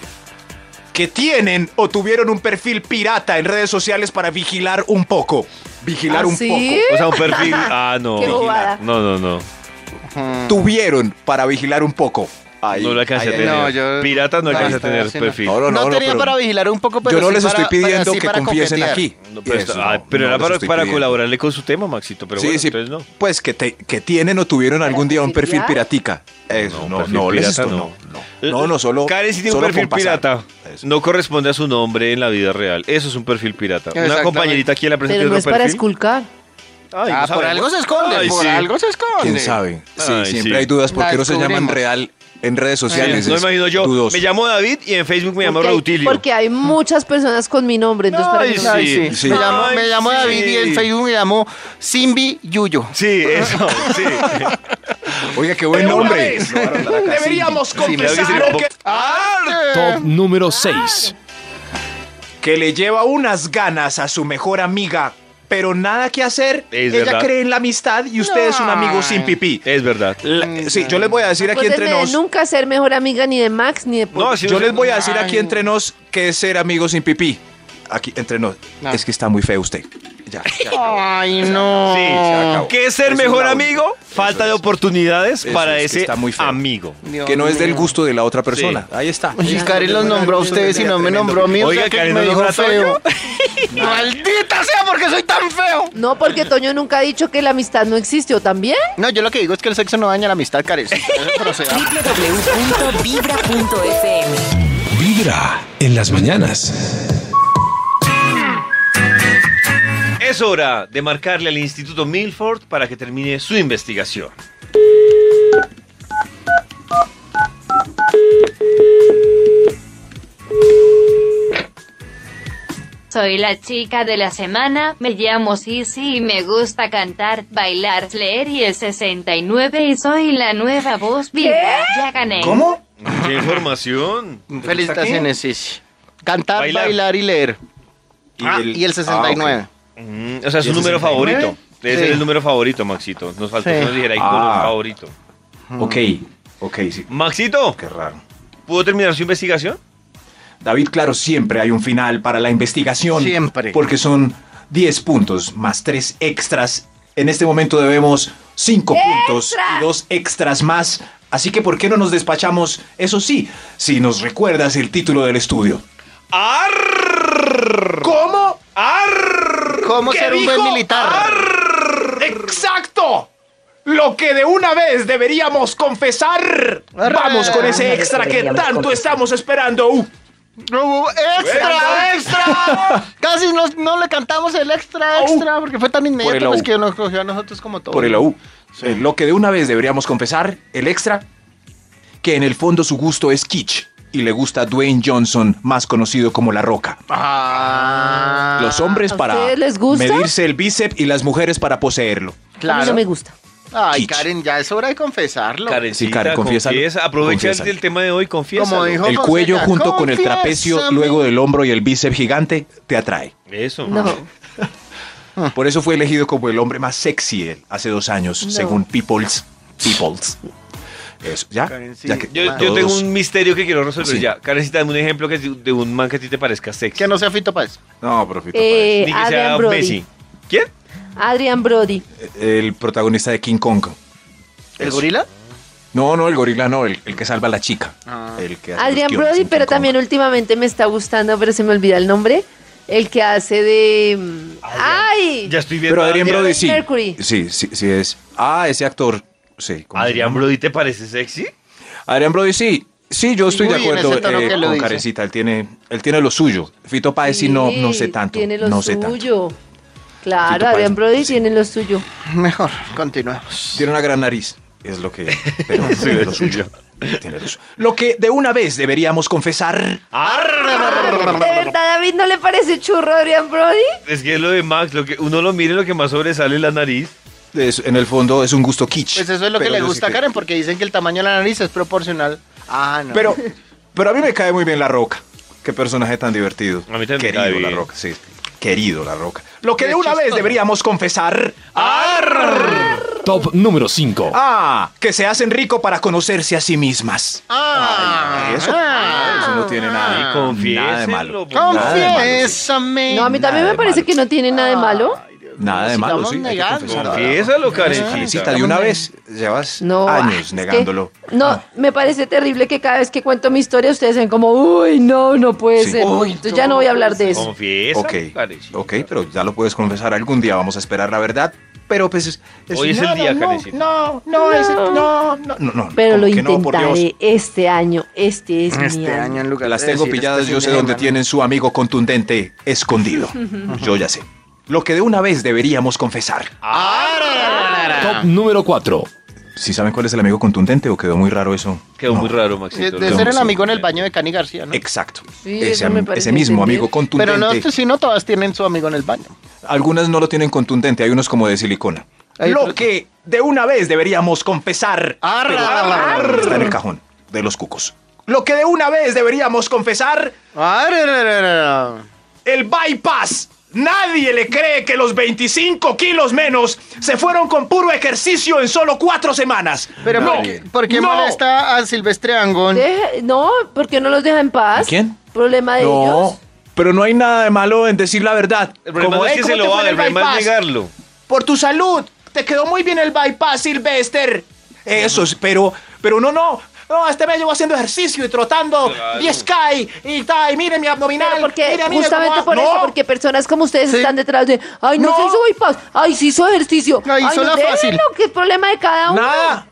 [SPEAKER 7] que tienen o tuvieron un perfil pirata en redes sociales para vigilar un poco. Vigilar
[SPEAKER 5] ¿Ah,
[SPEAKER 7] un
[SPEAKER 5] sí?
[SPEAKER 7] poco.
[SPEAKER 4] O sea, un perfil... Ah, no.
[SPEAKER 5] Qué bobada.
[SPEAKER 4] No, no, no.
[SPEAKER 7] Tuvieron para vigilar un poco. Ahí,
[SPEAKER 4] No lo alcancé a
[SPEAKER 7] ahí, ahí.
[SPEAKER 4] tener.
[SPEAKER 8] No, yo-
[SPEAKER 4] Pirata no
[SPEAKER 8] no,
[SPEAKER 4] alcancé a
[SPEAKER 8] está
[SPEAKER 4] tener
[SPEAKER 8] haciendo-
[SPEAKER 4] perfil.
[SPEAKER 7] No, no,
[SPEAKER 8] No
[SPEAKER 7] no,
[SPEAKER 8] tenía
[SPEAKER 7] pero-
[SPEAKER 8] para vigilar un poco, pero
[SPEAKER 7] Yo no
[SPEAKER 8] sí
[SPEAKER 7] les
[SPEAKER 8] para-
[SPEAKER 7] estoy pidiendo
[SPEAKER 8] para- sí
[SPEAKER 7] que
[SPEAKER 8] para
[SPEAKER 7] confiesen
[SPEAKER 8] coquetear.
[SPEAKER 7] aquí.
[SPEAKER 4] No, pero,
[SPEAKER 7] Eso
[SPEAKER 4] está- ah,
[SPEAKER 7] no,
[SPEAKER 4] pero
[SPEAKER 7] no
[SPEAKER 4] era
[SPEAKER 7] les
[SPEAKER 4] para,
[SPEAKER 7] estoy
[SPEAKER 4] para
[SPEAKER 7] pidiendo.
[SPEAKER 4] colaborarle con su tema, Maxito, pero
[SPEAKER 7] sí,
[SPEAKER 4] bueno,
[SPEAKER 7] sí.
[SPEAKER 4] entonces no.
[SPEAKER 7] Pues que, te- que tienen o tuvieron algún día un perfil
[SPEAKER 5] ¿Piratear?
[SPEAKER 7] piratica. Eso, no, no,
[SPEAKER 4] perfil
[SPEAKER 7] les
[SPEAKER 4] pirata,
[SPEAKER 7] estoy-
[SPEAKER 4] no.
[SPEAKER 7] no. No, no, no, solo.
[SPEAKER 4] Karen sí tiene un
[SPEAKER 7] solo
[SPEAKER 4] perfil
[SPEAKER 7] con pasar.
[SPEAKER 4] pirata.
[SPEAKER 7] Eso.
[SPEAKER 4] No corresponde a su nombre en la vida real. Eso es un perfil pirata. Una
[SPEAKER 8] Exactamente.
[SPEAKER 4] compañerita aquí en la presentación
[SPEAKER 5] Pero no es para esculcar.
[SPEAKER 8] Ah, por algo se esconde, por algo se esconde.
[SPEAKER 7] ¿Quién sabe? Sí,
[SPEAKER 4] Ay,
[SPEAKER 7] siempre
[SPEAKER 4] sí.
[SPEAKER 7] hay dudas por
[SPEAKER 8] La
[SPEAKER 7] qué no se llaman
[SPEAKER 8] descubrimos.
[SPEAKER 7] real en redes sociales.
[SPEAKER 4] no
[SPEAKER 7] es
[SPEAKER 4] imagino yo.
[SPEAKER 7] dudoso.
[SPEAKER 4] Me llamo David y en Facebook me llamo
[SPEAKER 5] porque, hay-
[SPEAKER 4] Rautilio.
[SPEAKER 5] porque hay muchas personas con mi nombre. Entonces, para
[SPEAKER 4] Ay,
[SPEAKER 5] que no-
[SPEAKER 8] Ay, sí.
[SPEAKER 7] Sí.
[SPEAKER 8] Me llamo, me
[SPEAKER 4] Ay,
[SPEAKER 8] llamo
[SPEAKER 4] sí.
[SPEAKER 8] David y en Facebook me llamo Simbi Yuyo.
[SPEAKER 4] Sí, eso, sí.
[SPEAKER 7] Oiga, qué buen nombre.
[SPEAKER 8] Deberíamos
[SPEAKER 2] Top número 6.
[SPEAKER 7] Que le lleva unas ganas a su mejor amiga, pero nada que hacer.
[SPEAKER 4] Es
[SPEAKER 7] Ella
[SPEAKER 4] verdad.
[SPEAKER 7] cree en la amistad y usted es un amigo sin pipí.
[SPEAKER 4] Es verdad.
[SPEAKER 7] La- sí, yo les voy a decir
[SPEAKER 8] pues,
[SPEAKER 7] aquí
[SPEAKER 5] Acuérdenme
[SPEAKER 7] entre
[SPEAKER 5] de
[SPEAKER 7] nos.
[SPEAKER 5] nunca ser mejor amiga ni de Max ni de Paul.
[SPEAKER 4] No, sí,
[SPEAKER 7] Yo
[SPEAKER 4] sí,
[SPEAKER 7] les
[SPEAKER 4] no.
[SPEAKER 7] voy a decir aquí entre nos que es ser amigos sin pipí. Aquí entre nos.
[SPEAKER 8] No.
[SPEAKER 7] Es que está muy feo usted. Ya, ya.
[SPEAKER 8] Ay, no.
[SPEAKER 4] Sí.
[SPEAKER 7] acabó.
[SPEAKER 4] ¿Qué es ser
[SPEAKER 7] Eso
[SPEAKER 4] mejor
[SPEAKER 7] es la
[SPEAKER 4] amigo?
[SPEAKER 7] única.
[SPEAKER 4] Falta
[SPEAKER 7] Eso
[SPEAKER 4] de
[SPEAKER 7] es.
[SPEAKER 4] oportunidades
[SPEAKER 7] Eso
[SPEAKER 4] para
[SPEAKER 7] es que
[SPEAKER 4] ese
[SPEAKER 7] está muy feo.
[SPEAKER 4] amigo.
[SPEAKER 8] Dios
[SPEAKER 7] que no es del
[SPEAKER 8] mío.
[SPEAKER 7] gusto de la otra persona. Ahí está.
[SPEAKER 8] Y Karen los nombró a ustedes y no me nombró a mí. o
[SPEAKER 4] Oiga,
[SPEAKER 8] sea que
[SPEAKER 4] Karen,
[SPEAKER 8] me
[SPEAKER 4] ¿no
[SPEAKER 8] dijo
[SPEAKER 4] nombró a
[SPEAKER 8] feo. Maldita sea, porque soy tan feo.
[SPEAKER 5] No, porque Toño nunca ha dicho que la amistad no existe, ¿o también?
[SPEAKER 8] No, yo lo que digo es que el sexo no daña la amistad, Karen. Eso proceda.
[SPEAKER 3] www.vibra.fm
[SPEAKER 2] Vibra en las mañanas.
[SPEAKER 4] Es hora de marcarle al Instituto Milford para que termine su investigación.
[SPEAKER 6] Soy la chica de la semana, me llamo Sisi y me gusta cantar, bailar, leer y el 69 y soy la nueva voz viva. Ya gané.
[SPEAKER 7] ¿Cómo?
[SPEAKER 4] ¡Qué información!
[SPEAKER 8] Felicitaciones, Sisi. Cantar,
[SPEAKER 4] Bailar.
[SPEAKER 8] bailar. y leer.
[SPEAKER 4] Ah,
[SPEAKER 8] Y el 69.
[SPEAKER 4] Mm, o sea, es su
[SPEAKER 7] ¿Y el
[SPEAKER 4] número
[SPEAKER 7] 69?
[SPEAKER 4] favorito. Debe ser
[SPEAKER 8] Sí.
[SPEAKER 4] el número favorito, Maxito. Nos faltó
[SPEAKER 8] Sí.
[SPEAKER 4] que nos dijera ahí
[SPEAKER 7] Ah.
[SPEAKER 4] con un favorito.
[SPEAKER 7] Ok, ok, sí.
[SPEAKER 4] Maxito,
[SPEAKER 7] Qué raro.
[SPEAKER 4] ¿pudo terminar su investigación?
[SPEAKER 7] David, claro, siempre hay un final para la investigación.
[SPEAKER 8] Siempre.
[SPEAKER 7] Porque son 10 puntos más 3 extras. En este momento debemos 5 puntos y 2 extras más. Así que, ¿por qué no nos despachamos? Eso sí, si nos recuerdas el título del estudio. ¿Cómo?
[SPEAKER 8] ¿Cómo
[SPEAKER 7] ¿Qué
[SPEAKER 8] ser un
[SPEAKER 7] dijo?
[SPEAKER 8] buen militar?
[SPEAKER 7] Arr. ¡Exacto! Lo que de una vez deberíamos confesar.
[SPEAKER 8] Arr.
[SPEAKER 7] Vamos con ese
[SPEAKER 9] Una vez
[SPEAKER 7] extra que
[SPEAKER 9] deberíamos
[SPEAKER 7] tanto
[SPEAKER 9] confesar.
[SPEAKER 7] estamos esperando. Uh,
[SPEAKER 8] No, ¡Extra, extra! Casi no, no le cantamos el extra,
[SPEAKER 7] Au.
[SPEAKER 8] extra, porque fue tan
[SPEAKER 7] Por el
[SPEAKER 8] inmediato pues,
[SPEAKER 7] au.
[SPEAKER 8] que nos cogió a nosotros como todo.
[SPEAKER 7] por el AU. Eh, Lo que de una vez deberíamos confesar, el extra, que en el fondo su gusto es kitsch y le gusta Dwayne Johnson, más conocido como La Roca.
[SPEAKER 8] Ah,
[SPEAKER 7] Los hombres
[SPEAKER 5] ¿a
[SPEAKER 7] para
[SPEAKER 5] ustedes les gusta?
[SPEAKER 7] medirse el bíceps y las mujeres para poseerlo.
[SPEAKER 5] A mí
[SPEAKER 8] Claro.
[SPEAKER 5] no me gusta.
[SPEAKER 8] Ay,
[SPEAKER 7] Kitsch.
[SPEAKER 8] Karen, ya es hora de confesarlo.
[SPEAKER 4] Karencita,
[SPEAKER 7] Sí, Karen, confiésalo,
[SPEAKER 4] confiesa, aprovecha el-
[SPEAKER 7] confiésalo.
[SPEAKER 4] el tema de hoy, confiesa.
[SPEAKER 8] Como dijo
[SPEAKER 7] el
[SPEAKER 8] José,
[SPEAKER 7] cuello
[SPEAKER 8] ya,
[SPEAKER 7] junto con el trapecio,
[SPEAKER 8] confiésame.
[SPEAKER 7] luego del hombro y el bíceps gigante, te atrae.
[SPEAKER 4] Eso.
[SPEAKER 5] No.
[SPEAKER 7] Por eso fue elegido como el hombre más sexy él hace dos años,
[SPEAKER 5] Ah. No.
[SPEAKER 7] según People's. People's. Eso, ¿ya?
[SPEAKER 8] Karencita.
[SPEAKER 7] ya que
[SPEAKER 4] Yo, yo
[SPEAKER 7] todos-
[SPEAKER 4] tengo un misterio que quiero resolver
[SPEAKER 7] Sí.
[SPEAKER 4] ya. Karencita, dame un ejemplo que- de un man que a ti te parezca sexy.
[SPEAKER 8] Que no sea Fito Páez.
[SPEAKER 7] No, profito. pues.
[SPEAKER 5] Eh,
[SPEAKER 4] Ni que sea
[SPEAKER 5] Adrian Brody.
[SPEAKER 4] Messi. ¿Quién?
[SPEAKER 5] Adrian Brody.
[SPEAKER 7] parece. El protagonista de King Kong.
[SPEAKER 8] ¿El
[SPEAKER 7] Eso.
[SPEAKER 8] gorila?
[SPEAKER 7] No, no, el gorila no, el, el que salva a la chica.
[SPEAKER 8] Ah.
[SPEAKER 7] El que hace los
[SPEAKER 5] Adrian
[SPEAKER 7] guiones
[SPEAKER 5] Brody,
[SPEAKER 7] en
[SPEAKER 5] pero
[SPEAKER 7] King Kong.
[SPEAKER 5] también últimamente me está gustando, pero se me olvida el nombre. El que hace de. mm,
[SPEAKER 7] Ah,
[SPEAKER 5] ¡Ay!
[SPEAKER 4] Ya estoy viendo.
[SPEAKER 7] Pero Adrián
[SPEAKER 5] Adrián
[SPEAKER 7] Brody sí.
[SPEAKER 5] Mercury.
[SPEAKER 7] Sí, sí, sí es. Ah, ese actor. Sí. ¿cómo se
[SPEAKER 4] ¿Adrián
[SPEAKER 7] llama?
[SPEAKER 4] Brody te parece sexy?
[SPEAKER 7] Adrián Brody sí. Sí, yo estoy
[SPEAKER 8] Muy
[SPEAKER 7] de
[SPEAKER 8] en
[SPEAKER 7] acuerdo
[SPEAKER 8] ese tono
[SPEAKER 7] eh,
[SPEAKER 8] que lo
[SPEAKER 7] con
[SPEAKER 8] dice.
[SPEAKER 7] Carecita. Él tiene, él tiene lo suyo. Fito Páez sí, no, no sé tanto.
[SPEAKER 5] Tiene lo
[SPEAKER 7] no sé tanto.
[SPEAKER 5] suyo.
[SPEAKER 7] Sí, tú
[SPEAKER 5] Claro,
[SPEAKER 7] parece-
[SPEAKER 5] Adrian Brody
[SPEAKER 7] sí.
[SPEAKER 5] tiene lo suyo.
[SPEAKER 8] Mejor, continuemos.
[SPEAKER 7] Tiene una gran nariz. Es lo que. Pero tiene lo suyo. Tiene lo, suyo. lo que de una vez deberíamos confesar.
[SPEAKER 5] ¿De verdad, David, no le parece churro a Adrian Brody?
[SPEAKER 4] Es que es lo de Max, lo que uno lo mire, lo que más sobresale es la nariz.
[SPEAKER 7] es- en el fondo es un gusto kitsch.
[SPEAKER 8] Pues eso es lo que
[SPEAKER 7] Pero
[SPEAKER 8] le
[SPEAKER 7] yo sí
[SPEAKER 8] gusta a
[SPEAKER 7] creo-
[SPEAKER 8] Karen, porque dicen que el tamaño de la nariz es proporcional. Ah, no.
[SPEAKER 7] Pero, pero a mí me cae muy bien La Roca. Qué personaje tan divertido.
[SPEAKER 4] A mí también me
[SPEAKER 7] Querido
[SPEAKER 4] cae bien.
[SPEAKER 7] La Roca, sí. Querido La Roca. Lo que
[SPEAKER 8] Qué
[SPEAKER 7] de una vez
[SPEAKER 8] chistoso.
[SPEAKER 7] deberíamos confesar.
[SPEAKER 2] Top número 5.
[SPEAKER 7] Ah, que se hacen rico para conocerse a sí mismas.
[SPEAKER 8] Ah,
[SPEAKER 7] Eso,
[SPEAKER 8] ah,
[SPEAKER 7] eso no tiene nada,
[SPEAKER 4] Ah, confiéselo,
[SPEAKER 7] nada de malo.
[SPEAKER 4] pues,
[SPEAKER 7] Nada de malo.
[SPEAKER 8] Confiésame.
[SPEAKER 5] No, a mí también me
[SPEAKER 7] Nada de
[SPEAKER 5] parece
[SPEAKER 7] malo.
[SPEAKER 5] que no tiene nada de malo.
[SPEAKER 7] Nada de malo,
[SPEAKER 8] Sigamos
[SPEAKER 7] sí. hay que
[SPEAKER 8] negando.
[SPEAKER 7] confesarlo.
[SPEAKER 4] Confiésalo,
[SPEAKER 7] Karencita,
[SPEAKER 4] Karencita.
[SPEAKER 7] de una vez llevas
[SPEAKER 5] No, ah, es
[SPEAKER 7] años
[SPEAKER 5] que-
[SPEAKER 7] negándolo. Ah.
[SPEAKER 5] no, me parece terrible que cada vez que cuento mi historia ustedes sean como, uy, no, no puede
[SPEAKER 7] Sí.
[SPEAKER 5] ser.
[SPEAKER 7] Uy,
[SPEAKER 5] Entonces ya no voy a hablar de eso.
[SPEAKER 4] Confiesa.
[SPEAKER 7] ok,
[SPEAKER 4] Karencita.
[SPEAKER 7] ok, pero ya lo puedes confesar algún día, vamos a esperar la verdad. Pero pues es,
[SPEAKER 4] Hoy es el
[SPEAKER 7] no,
[SPEAKER 4] día,
[SPEAKER 7] no,
[SPEAKER 4] Karencita.
[SPEAKER 7] No, no, es el- no, no, no, no,
[SPEAKER 5] Pero lo
[SPEAKER 7] ¿cómo que no? Por Dios.
[SPEAKER 5] intentaré este año. Este es mi
[SPEAKER 8] Este
[SPEAKER 5] año.
[SPEAKER 8] año en lugar
[SPEAKER 7] Las
[SPEAKER 8] de
[SPEAKER 7] tengo
[SPEAKER 8] decir
[SPEAKER 7] pilladas,
[SPEAKER 8] este
[SPEAKER 7] yo
[SPEAKER 8] fin
[SPEAKER 7] sé
[SPEAKER 8] de
[SPEAKER 7] dónde
[SPEAKER 8] semana.
[SPEAKER 7] tienen su amigo contundente escondido. Yo ya sé. Lo que de una vez deberíamos confesar.
[SPEAKER 2] Top número 4.
[SPEAKER 7] ¿Sí saben cuál es el amigo contundente o quedó muy raro eso?
[SPEAKER 4] Quedó
[SPEAKER 7] No.
[SPEAKER 4] muy raro,
[SPEAKER 8] De,
[SPEAKER 4] Maxito.
[SPEAKER 8] de ser el amigo en el baño de Cani García, ¿no?
[SPEAKER 7] Exacto.
[SPEAKER 5] Sí,
[SPEAKER 7] ese,
[SPEAKER 5] eso me
[SPEAKER 7] am-
[SPEAKER 5] parece
[SPEAKER 7] ese mismo
[SPEAKER 5] entender.
[SPEAKER 7] amigo contundente.
[SPEAKER 8] Pero no, este sí no todas tienen su amigo en el baño.
[SPEAKER 7] Algunas no lo tienen contundente, hay unos como de silicona.
[SPEAKER 8] Hay
[SPEAKER 7] Lo
[SPEAKER 8] otros-
[SPEAKER 7] que de una vez deberíamos confesar.
[SPEAKER 8] Arr,
[SPEAKER 7] pero
[SPEAKER 8] arr, arr, arr.
[SPEAKER 7] Está en el cajón de los cucos. Lo que de una vez deberíamos confesar,
[SPEAKER 8] Ah,
[SPEAKER 7] el bypass. Nadie le cree que los 25 kilos menos se fueron con puro ejercicio en solo cuatro semanas.
[SPEAKER 8] Pero
[SPEAKER 7] no,
[SPEAKER 8] ¿por qué, por qué
[SPEAKER 7] no.
[SPEAKER 8] molesta a Silvestre Angón?
[SPEAKER 5] Deja- no, porque no los deja en paz.
[SPEAKER 7] ¿A quién?
[SPEAKER 5] Problema de ellos.
[SPEAKER 7] No, pero no hay nada de malo en decir la verdad.
[SPEAKER 4] El problema no es
[SPEAKER 7] "Ey,
[SPEAKER 4] que se
[SPEAKER 7] ¿cómo te
[SPEAKER 4] lo
[SPEAKER 7] fue
[SPEAKER 4] haga,
[SPEAKER 7] en
[SPEAKER 4] el problema es
[SPEAKER 7] bypass?"
[SPEAKER 4] negarlo.
[SPEAKER 7] Por tu salud. Te quedó muy bien el bypass, Silvester. Eso, es, pero, pero no, no. No, este me llevo haciendo ejercicio y trotando y sky y tal. Y miren mi abdominal.
[SPEAKER 5] Pero porque
[SPEAKER 7] mire, mire
[SPEAKER 5] justamente
[SPEAKER 7] cómo va.
[SPEAKER 5] por eso,
[SPEAKER 7] No,
[SPEAKER 5] porque personas como ustedes
[SPEAKER 8] Sí.
[SPEAKER 5] están detrás de, ay, no,
[SPEAKER 7] No.
[SPEAKER 5] se hizo bypass, ay, se hizo ejercicio.
[SPEAKER 8] No, hizo
[SPEAKER 5] ay,
[SPEAKER 8] la fácil.
[SPEAKER 5] déjenlo, que es problema de cada uno.
[SPEAKER 7] Nada.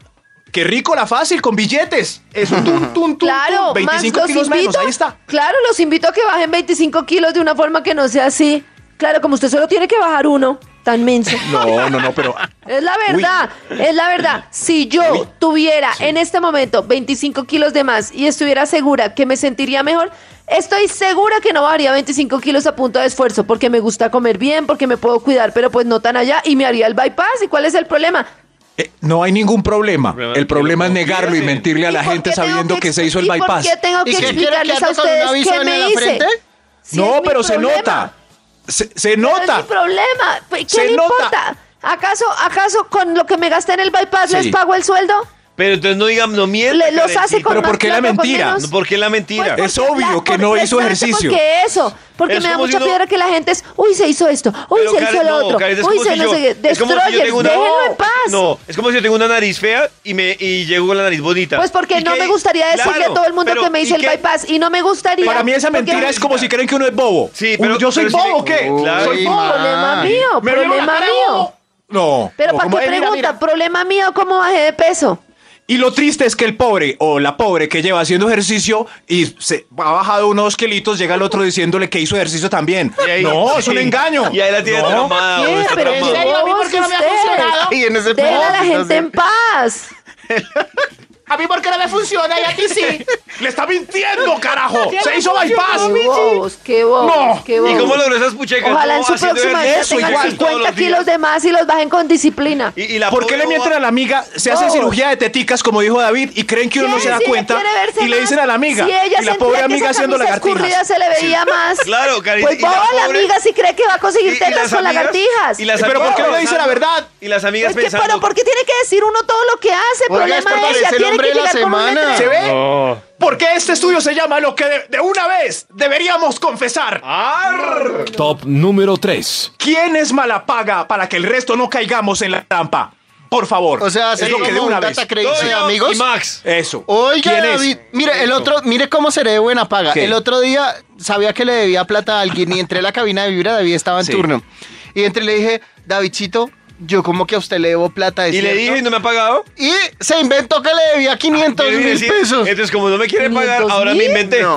[SPEAKER 7] Qué rico la fácil con billetes. Eso, tum, tum, tum, tum,
[SPEAKER 5] Claro, Max,
[SPEAKER 7] 25
[SPEAKER 5] los
[SPEAKER 7] kilos
[SPEAKER 5] invito,
[SPEAKER 7] menos, ahí está.
[SPEAKER 5] Claro, los invito a que bajen 25 kilos de una forma que no sea así. Claro, como usted solo tiene que bajar uno, tan menso.
[SPEAKER 7] No, no, no, pero
[SPEAKER 5] Es la verdad, es la verdad. Si yo tuviera en este momento 25 kilos de más y estuviera segura que me sentiría mejor, estoy segura que no bajaría 25 kilos a punto de esfuerzo porque me gusta comer bien, porque me puedo cuidar, pero pues no tan allá y me haría el bypass. ¿Y cuál es el problema?
[SPEAKER 7] eh, no hay ningún problema.
[SPEAKER 4] problema
[SPEAKER 7] El
[SPEAKER 4] es que
[SPEAKER 7] problema es
[SPEAKER 4] lo
[SPEAKER 7] negarlo y
[SPEAKER 4] confiesen.
[SPEAKER 7] mentirle a la
[SPEAKER 5] ¿Y por
[SPEAKER 7] gente
[SPEAKER 5] qué tengo
[SPEAKER 7] sabiendo que, se
[SPEAKER 5] expli-
[SPEAKER 7] hizo el
[SPEAKER 5] ¿y
[SPEAKER 7] bypass.
[SPEAKER 5] ¿Por qué tengo que
[SPEAKER 8] ¿Y qué quiere
[SPEAKER 5] explicarles
[SPEAKER 8] quedar
[SPEAKER 5] a
[SPEAKER 8] con un
[SPEAKER 5] ustedes
[SPEAKER 8] aviso
[SPEAKER 5] qué
[SPEAKER 8] en
[SPEAKER 5] me
[SPEAKER 8] la
[SPEAKER 5] hice?
[SPEAKER 8] frente?
[SPEAKER 5] Si es
[SPEAKER 7] no,
[SPEAKER 5] mi
[SPEAKER 7] pero se
[SPEAKER 5] problema.
[SPEAKER 7] nota. Se, se
[SPEAKER 5] Pero
[SPEAKER 7] nota.
[SPEAKER 5] Es mi problema. ¿Qué
[SPEAKER 7] Se
[SPEAKER 5] le
[SPEAKER 7] nota.
[SPEAKER 5] importa? ¿Acaso, acaso con lo que me gasté en el bypass les
[SPEAKER 7] Sí.
[SPEAKER 5] pago el sueldo?
[SPEAKER 4] Pero entonces no digan, no mientan.
[SPEAKER 5] Le- los hace
[SPEAKER 4] Karencita.
[SPEAKER 5] con
[SPEAKER 7] Pero
[SPEAKER 5] más
[SPEAKER 7] ¿por qué la
[SPEAKER 5] plata, con
[SPEAKER 7] mentira?
[SPEAKER 5] menos-
[SPEAKER 4] No, ¿Por qué la mentira?
[SPEAKER 5] Pues
[SPEAKER 7] Es
[SPEAKER 5] porque
[SPEAKER 7] obvio
[SPEAKER 5] la-
[SPEAKER 7] que
[SPEAKER 5] porque-
[SPEAKER 7] no hizo
[SPEAKER 5] precisamente
[SPEAKER 7] ejercicio.
[SPEAKER 5] Porque eso, porque
[SPEAKER 4] Es
[SPEAKER 5] me da
[SPEAKER 4] como si
[SPEAKER 5] mucha
[SPEAKER 4] uno-
[SPEAKER 5] piedra que la gente es, uy, se hizo esto, uy,
[SPEAKER 4] Pero
[SPEAKER 5] se
[SPEAKER 4] Karen,
[SPEAKER 5] hizo lo
[SPEAKER 4] no,
[SPEAKER 5] otro,
[SPEAKER 4] Karen, es
[SPEAKER 5] uy,
[SPEAKER 4] como
[SPEAKER 5] se
[SPEAKER 4] si
[SPEAKER 5] no
[SPEAKER 4] yo-
[SPEAKER 5] sé qué.
[SPEAKER 4] es como si yo
[SPEAKER 5] Destroyers,
[SPEAKER 4] tengo una-
[SPEAKER 5] déjenlo en paz.
[SPEAKER 4] No, es como si yo tengo una nariz fea y me y llego con la nariz bonita.
[SPEAKER 5] Pues porque
[SPEAKER 4] ¿Y
[SPEAKER 5] no
[SPEAKER 4] qué?
[SPEAKER 5] me gustaría decirle
[SPEAKER 4] Claro,
[SPEAKER 5] a todo el mundo
[SPEAKER 4] pero
[SPEAKER 5] que me hice
[SPEAKER 4] ¿y
[SPEAKER 5] el
[SPEAKER 4] qué?
[SPEAKER 5] bypass y no me gustaría.
[SPEAKER 7] Para mí esa
[SPEAKER 5] porque-
[SPEAKER 7] mentira es como si creen que uno es bobo.
[SPEAKER 4] Sí, pero-
[SPEAKER 7] Un- yo soy
[SPEAKER 4] pero sí-
[SPEAKER 7] bobo, ¿qué?
[SPEAKER 4] Claro.
[SPEAKER 7] Soy
[SPEAKER 8] Uy,
[SPEAKER 7] bobo.
[SPEAKER 5] Problema
[SPEAKER 8] man.
[SPEAKER 5] mío,
[SPEAKER 7] Me vieron la
[SPEAKER 5] problema
[SPEAKER 7] cara de
[SPEAKER 5] mío.
[SPEAKER 7] bobo. No.
[SPEAKER 5] Pero
[SPEAKER 7] no,
[SPEAKER 5] ¿para
[SPEAKER 7] como,
[SPEAKER 5] qué
[SPEAKER 7] "Eh, mira,
[SPEAKER 5] pregunta?
[SPEAKER 7] mira".
[SPEAKER 5] Problema mío, ¿cómo bajé de peso?
[SPEAKER 7] Y lo triste es que el pobre o la pobre que lleva haciendo ejercicio y se ha bajado unos kilitos, llega el otro diciéndole que hizo ejercicio también.
[SPEAKER 4] Y ahí-
[SPEAKER 7] no, es un engaño.
[SPEAKER 4] Y ahí la tiene
[SPEAKER 7] No.
[SPEAKER 4] tramada. o
[SPEAKER 5] ¿Qué?
[SPEAKER 4] está
[SPEAKER 5] Pero
[SPEAKER 4] tramado.
[SPEAKER 5] en serio, a mí por qué no me ha funcionado.
[SPEAKER 8] Y en ese
[SPEAKER 5] Dejen a la
[SPEAKER 8] propósito,
[SPEAKER 5] gente
[SPEAKER 8] sí.
[SPEAKER 5] en paz.
[SPEAKER 10] A mí porque no me funciona y a ti sí.
[SPEAKER 7] ¡Le está mintiendo, carajo! ¡Se hizo
[SPEAKER 5] Qué
[SPEAKER 7] bypass!
[SPEAKER 5] bobos, qué bobos,
[SPEAKER 7] No.
[SPEAKER 5] qué
[SPEAKER 4] ¿Y
[SPEAKER 5] bobos.
[SPEAKER 4] cómo logró esas puchecas?
[SPEAKER 5] Ojalá en
[SPEAKER 4] No,
[SPEAKER 5] su
[SPEAKER 4] haciendo
[SPEAKER 5] próxima vida
[SPEAKER 4] ejercicio,
[SPEAKER 5] tengan
[SPEAKER 4] igual, todos
[SPEAKER 5] 50
[SPEAKER 4] los días.
[SPEAKER 5] kilos de más y los bajen con disciplina.
[SPEAKER 4] Y, y la
[SPEAKER 7] ¿Por qué le
[SPEAKER 4] pobre
[SPEAKER 7] mienten
[SPEAKER 4] boba-
[SPEAKER 7] a la amiga? Se hace
[SPEAKER 5] No.
[SPEAKER 7] cirugía de teticas, como dijo David, y creen que uno no
[SPEAKER 5] Sí,
[SPEAKER 7] se da
[SPEAKER 5] si ella
[SPEAKER 7] cuenta.
[SPEAKER 5] quiere verse
[SPEAKER 7] Y le
[SPEAKER 5] más,
[SPEAKER 7] dicen a la amiga.
[SPEAKER 5] Si ella
[SPEAKER 7] y la
[SPEAKER 5] sentía
[SPEAKER 7] pobre
[SPEAKER 5] que
[SPEAKER 7] amiga
[SPEAKER 5] esa
[SPEAKER 7] haciendo
[SPEAKER 5] camisa escurrida
[SPEAKER 7] lagartijas.
[SPEAKER 5] se le veía más.
[SPEAKER 4] Claro, Karin,
[SPEAKER 5] Pues
[SPEAKER 4] y la
[SPEAKER 5] boba la
[SPEAKER 4] pobre-
[SPEAKER 5] amiga si cree que va a conseguir
[SPEAKER 4] y- y
[SPEAKER 5] telas
[SPEAKER 4] las
[SPEAKER 5] con
[SPEAKER 4] amigas-
[SPEAKER 5] lagartijas.
[SPEAKER 4] y las
[SPEAKER 7] Pero
[SPEAKER 4] amigas
[SPEAKER 7] ¿por qué no le dice
[SPEAKER 4] pensando-
[SPEAKER 7] la verdad?
[SPEAKER 4] Y las amigas
[SPEAKER 5] Es que,
[SPEAKER 4] pensando.
[SPEAKER 5] pero ¿por qué tiene que decir uno todo lo que hace?
[SPEAKER 8] Oiga, es
[SPEAKER 5] Problema
[SPEAKER 8] porque
[SPEAKER 5] de
[SPEAKER 8] es
[SPEAKER 5] ella.
[SPEAKER 8] el
[SPEAKER 5] Tiene que
[SPEAKER 8] hombre de la
[SPEAKER 5] llegar con un
[SPEAKER 8] semana.
[SPEAKER 5] letrero.
[SPEAKER 7] ¿Se ve?
[SPEAKER 4] No.
[SPEAKER 7] Porque este estudio se llama lo que de, de una vez deberíamos confesar.
[SPEAKER 2] Top número 3.
[SPEAKER 7] ¿Quién es mala paga para que el resto no caigamos en la trampa? Por favor.
[SPEAKER 8] O sea, hacer
[SPEAKER 7] es lo que de
[SPEAKER 8] como
[SPEAKER 7] una
[SPEAKER 8] un
[SPEAKER 7] vez.
[SPEAKER 8] data creencia de
[SPEAKER 4] Toño
[SPEAKER 8] amigos.
[SPEAKER 4] Y Max.
[SPEAKER 7] Eso.
[SPEAKER 8] Oiga,
[SPEAKER 7] ¿Quién es?
[SPEAKER 8] David, mire, el otro, mire cómo seré de buena paga.
[SPEAKER 7] ¿Qué?
[SPEAKER 8] El otro día sabía que le debía plata a alguien y entré a la cabina de vibra, David estaba en
[SPEAKER 7] Sí.
[SPEAKER 8] turno. Y entré y le dije, Davidcito, yo como que a usted le debo plata. ¿es
[SPEAKER 4] Y le
[SPEAKER 8] cierto?".
[SPEAKER 4] dije, ¿y no me ha pagado?
[SPEAKER 8] Y se inventó que le
[SPEAKER 7] Ah,
[SPEAKER 8] debía 500
[SPEAKER 4] Debe
[SPEAKER 8] mil
[SPEAKER 4] decir,
[SPEAKER 8] pesos.
[SPEAKER 4] Entonces, como no me quiere pagar, ahora me inventé.
[SPEAKER 8] No.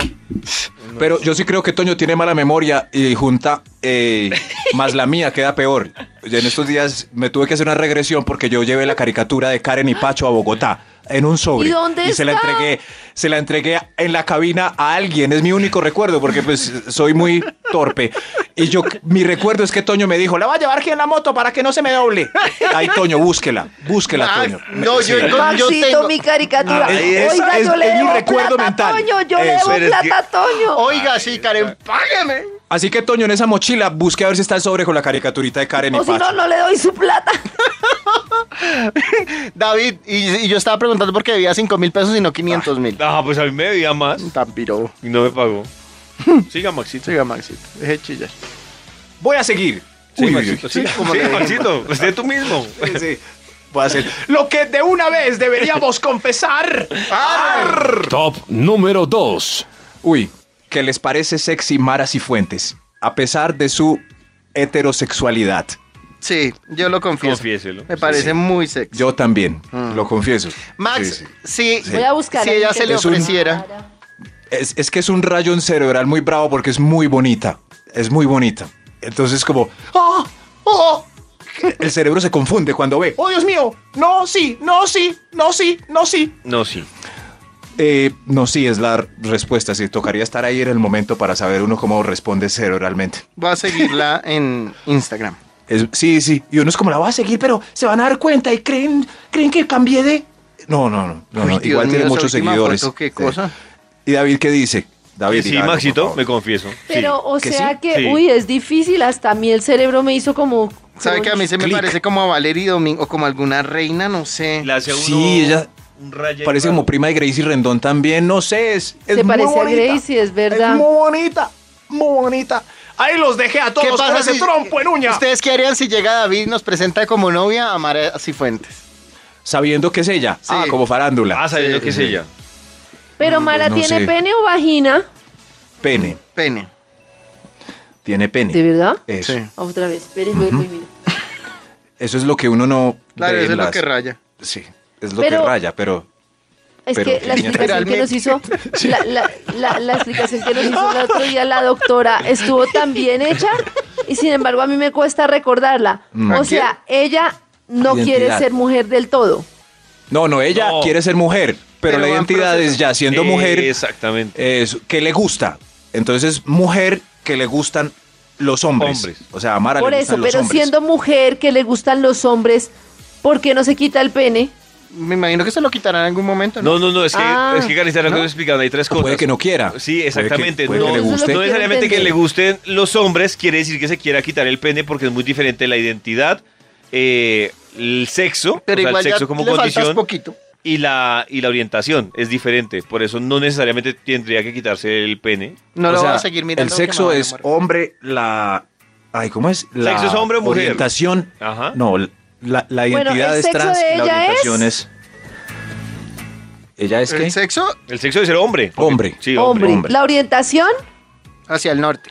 [SPEAKER 7] Pero yo sí creo que Toño tiene mala memoria y junta eh, más la mía queda peor. Y en estos días me tuve que hacer una regresión porque yo llevé la caricatura de Karen y Pacho a Bogotá en un sobre
[SPEAKER 5] ¿Y dónde
[SPEAKER 7] se la
[SPEAKER 5] está?
[SPEAKER 7] entregué se la entregué en la cabina a alguien es mi único recuerdo porque pues soy muy torpe y yo mi recuerdo es que Toño me dijo la va a llevar aquí en la moto para que no se me doble ay Toño búsquela búsquela
[SPEAKER 8] Ah,
[SPEAKER 7] Toño
[SPEAKER 8] no, yo
[SPEAKER 7] Sí.
[SPEAKER 8] Yo
[SPEAKER 5] Maxito,
[SPEAKER 8] tengo-
[SPEAKER 5] mi caricatura.
[SPEAKER 7] Ah, es-
[SPEAKER 5] Oiga,
[SPEAKER 7] es-
[SPEAKER 5] yo le
[SPEAKER 7] es mi
[SPEAKER 5] debo
[SPEAKER 7] recuerdo
[SPEAKER 5] plata
[SPEAKER 7] mental.
[SPEAKER 5] a Toño, yo le
[SPEAKER 7] Eso.
[SPEAKER 5] debo
[SPEAKER 4] Pero es que-
[SPEAKER 5] plata a Toño.
[SPEAKER 8] Oiga, sí, Karen, págueme.
[SPEAKER 7] así que Toño en esa mochila busque a ver si está el sobre con la caricaturita de Karen y
[SPEAKER 5] O si no,
[SPEAKER 7] Pacho
[SPEAKER 5] no le doy su plata.
[SPEAKER 8] David, y, y yo estaba preguntando por qué debía 5 mil pesos y no 500 mil.
[SPEAKER 4] Ah, pues a mí me debía más
[SPEAKER 8] Tampiro.
[SPEAKER 4] y no me pagó. Siga, Maxito.
[SPEAKER 8] Siga, Maxito. Deje chillar.
[SPEAKER 7] voy a seguir
[SPEAKER 4] Sí,
[SPEAKER 7] Uy, uy, uy.
[SPEAKER 4] Maxito. Sí, sí, Maxito. Usted tú mismo.
[SPEAKER 7] Sí, voy a hacer. Lo que de una vez deberíamos confesar.
[SPEAKER 2] Top número 2.
[SPEAKER 7] Uy, ¿qué les parece sexy Mara Cifuentes? A pesar de su heterosexualidad.
[SPEAKER 8] Sí, yo lo confieso.
[SPEAKER 4] Confiéselo.
[SPEAKER 8] Me parece muy sexy.
[SPEAKER 7] Yo también, lo confieso.
[SPEAKER 8] Max,
[SPEAKER 7] Sí, sí.
[SPEAKER 8] si-
[SPEAKER 7] Sí.
[SPEAKER 5] Voy a buscar
[SPEAKER 8] si
[SPEAKER 5] en
[SPEAKER 8] ella se le
[SPEAKER 5] internet.
[SPEAKER 7] Es un-
[SPEAKER 8] ofreciera.
[SPEAKER 7] Es, es que es un rayón cerebral muy bravo porque es muy bonita. Es muy bonita. Entonces, como, ¡ah! ¡oh! El cerebro se confunde cuando ve. ¡Oh, Dios mío! ¡No, sí! ¡No, sí! ¡No, sí! ¡No, sí!
[SPEAKER 4] No, sí.
[SPEAKER 7] Eh, no, sí, es la respuesta. Sí, tocaría estar ahí en el momento para saber uno cómo responde cerebralmente.
[SPEAKER 8] Voy a seguirla en Instagram.
[SPEAKER 7] Es- sí, sí. Y uno es como, la va a seguir, pero se van a dar cuenta y creen, creen que cambié de... No, no, no. no,
[SPEAKER 8] Uy,
[SPEAKER 7] no.
[SPEAKER 8] Dios
[SPEAKER 7] Igual
[SPEAKER 8] mío,
[SPEAKER 7] tiene
[SPEAKER 8] esa
[SPEAKER 7] muchos
[SPEAKER 8] última
[SPEAKER 7] seguidores.
[SPEAKER 8] foto, qué
[SPEAKER 7] Sí.
[SPEAKER 8] cosa.
[SPEAKER 7] ¿Y David qué dice? David,
[SPEAKER 4] Sí, sí,
[SPEAKER 7] dígalo, por
[SPEAKER 4] Maxito,
[SPEAKER 7] favor.
[SPEAKER 4] me confieso. Sí.
[SPEAKER 5] Pero, o
[SPEAKER 7] ¿Que
[SPEAKER 5] sea
[SPEAKER 7] sí?
[SPEAKER 5] que,
[SPEAKER 4] Sí.
[SPEAKER 5] uy, es difícil. Hasta a mí el cerebro me hizo como.
[SPEAKER 8] ¿Sabe que a mí se me
[SPEAKER 7] Click.
[SPEAKER 8] parece como a Valerie Domingo, como alguna reina, no sé.
[SPEAKER 4] Le hace a uno
[SPEAKER 7] Sí, ella
[SPEAKER 4] un rayo ahí
[SPEAKER 7] Parece
[SPEAKER 4] raro.
[SPEAKER 7] como prima de Gracie Rendón también, no sé, es, es
[SPEAKER 5] Se
[SPEAKER 7] muy
[SPEAKER 5] parece a
[SPEAKER 7] bonita.
[SPEAKER 5] Gracie, es verdad.
[SPEAKER 7] Es muy bonita, muy bonita. Ahí los dejé a todos con ese trompo en uña.
[SPEAKER 8] ¿Ustedes qué harían si llega David y nos presenta como novia a Mara Cifuentes?
[SPEAKER 7] Sabiendo que es ella.
[SPEAKER 8] Sí.
[SPEAKER 7] Ah, como farándula.
[SPEAKER 4] Ah, sabiendo que es ella.
[SPEAKER 5] Pero Mara
[SPEAKER 7] no
[SPEAKER 5] tiene
[SPEAKER 7] sé.
[SPEAKER 5] pene o vagina.
[SPEAKER 7] Pene,
[SPEAKER 8] Pene.
[SPEAKER 7] tiene pene.
[SPEAKER 5] ¿De verdad? Ah,
[SPEAKER 7] Eso.
[SPEAKER 8] Sí.
[SPEAKER 5] Otra vez. Espere, voy, voy, mira.
[SPEAKER 7] Eso es lo que uno no
[SPEAKER 8] Claro,
[SPEAKER 7] ve en
[SPEAKER 8] eso es lo
[SPEAKER 7] las-
[SPEAKER 8] que raya.
[SPEAKER 7] Sí, es lo
[SPEAKER 5] Pero-
[SPEAKER 7] que raya, pero
[SPEAKER 5] Es
[SPEAKER 7] Pero,
[SPEAKER 5] que la
[SPEAKER 7] niña,
[SPEAKER 5] explicación que nos
[SPEAKER 8] literalmente.
[SPEAKER 5] hizo la, la- la- la explicación que nos hizo el otro día la doctora estuvo tan bien hecha y sin embargo a mí me cuesta recordarla. O sea, ella no
[SPEAKER 7] Identidad.
[SPEAKER 5] quiere ser mujer del todo.
[SPEAKER 7] No, no, ella
[SPEAKER 4] No.
[SPEAKER 7] quiere ser mujer, pero,
[SPEAKER 8] Pero
[SPEAKER 7] la
[SPEAKER 8] va en
[SPEAKER 7] identidad
[SPEAKER 8] proceso.
[SPEAKER 7] es ya siendo
[SPEAKER 4] Eh,
[SPEAKER 7] mujer,
[SPEAKER 4] Exactamente.
[SPEAKER 7] es que le gusta. Entonces, mujer que le gustan los hombres.
[SPEAKER 4] Hombres.
[SPEAKER 7] O sea, a Mara
[SPEAKER 5] Por
[SPEAKER 7] le
[SPEAKER 5] eso,
[SPEAKER 7] gustan los
[SPEAKER 5] pero
[SPEAKER 7] hombres.
[SPEAKER 5] siendo mujer que le gustan los hombres, ¿por qué no se quita el pene?
[SPEAKER 8] Me imagino que se lo quitarán en algún momento, ¿no?
[SPEAKER 4] No, no, no, es que,
[SPEAKER 5] Ah.
[SPEAKER 4] es que Karen está lo que nos explicando, hay tres cosas.
[SPEAKER 7] puede que no quiera.
[SPEAKER 4] Sí, exactamente.
[SPEAKER 7] Puede que- puede que
[SPEAKER 4] no,
[SPEAKER 7] le guste.
[SPEAKER 4] no
[SPEAKER 5] Eso es lo que
[SPEAKER 4] necesariamente
[SPEAKER 5] quiero
[SPEAKER 4] que le
[SPEAKER 5] entender.
[SPEAKER 4] gusten los hombres quiere decir que se quiera quitar el pene porque es muy diferente la identidad, eh, el sexo, o
[SPEAKER 8] Pero
[SPEAKER 4] sea,
[SPEAKER 8] igual
[SPEAKER 4] el
[SPEAKER 8] ya
[SPEAKER 4] sexo como
[SPEAKER 8] le faltas
[SPEAKER 4] condición.
[SPEAKER 8] poquito.
[SPEAKER 4] y la, y la orientación es diferente. Por eso no necesariamente tendría que quitarse el pene.
[SPEAKER 8] No
[SPEAKER 7] O
[SPEAKER 8] lo
[SPEAKER 7] sea,
[SPEAKER 8] voy a seguir mirando.
[SPEAKER 7] El
[SPEAKER 8] que me
[SPEAKER 7] sexo
[SPEAKER 8] voy a
[SPEAKER 7] es
[SPEAKER 8] enamorar.
[SPEAKER 7] hombre, la. Ay, ¿cómo es? La
[SPEAKER 4] Sexo es hombre o mujer. ¿Ah?
[SPEAKER 7] Orientación.
[SPEAKER 4] Ajá.
[SPEAKER 7] No, la, la
[SPEAKER 5] Bueno,
[SPEAKER 7] identidad
[SPEAKER 5] ¿el
[SPEAKER 7] es
[SPEAKER 5] sexo
[SPEAKER 7] trans
[SPEAKER 5] de
[SPEAKER 7] y la
[SPEAKER 5] ella
[SPEAKER 7] orientación es. ¿Ella es qué?
[SPEAKER 8] ¿El sexo?
[SPEAKER 4] El sexo es el hombre. porque-
[SPEAKER 7] Hombre.
[SPEAKER 4] Sí, hombre.
[SPEAKER 5] hombre. La orientación,
[SPEAKER 8] Hacia el norte.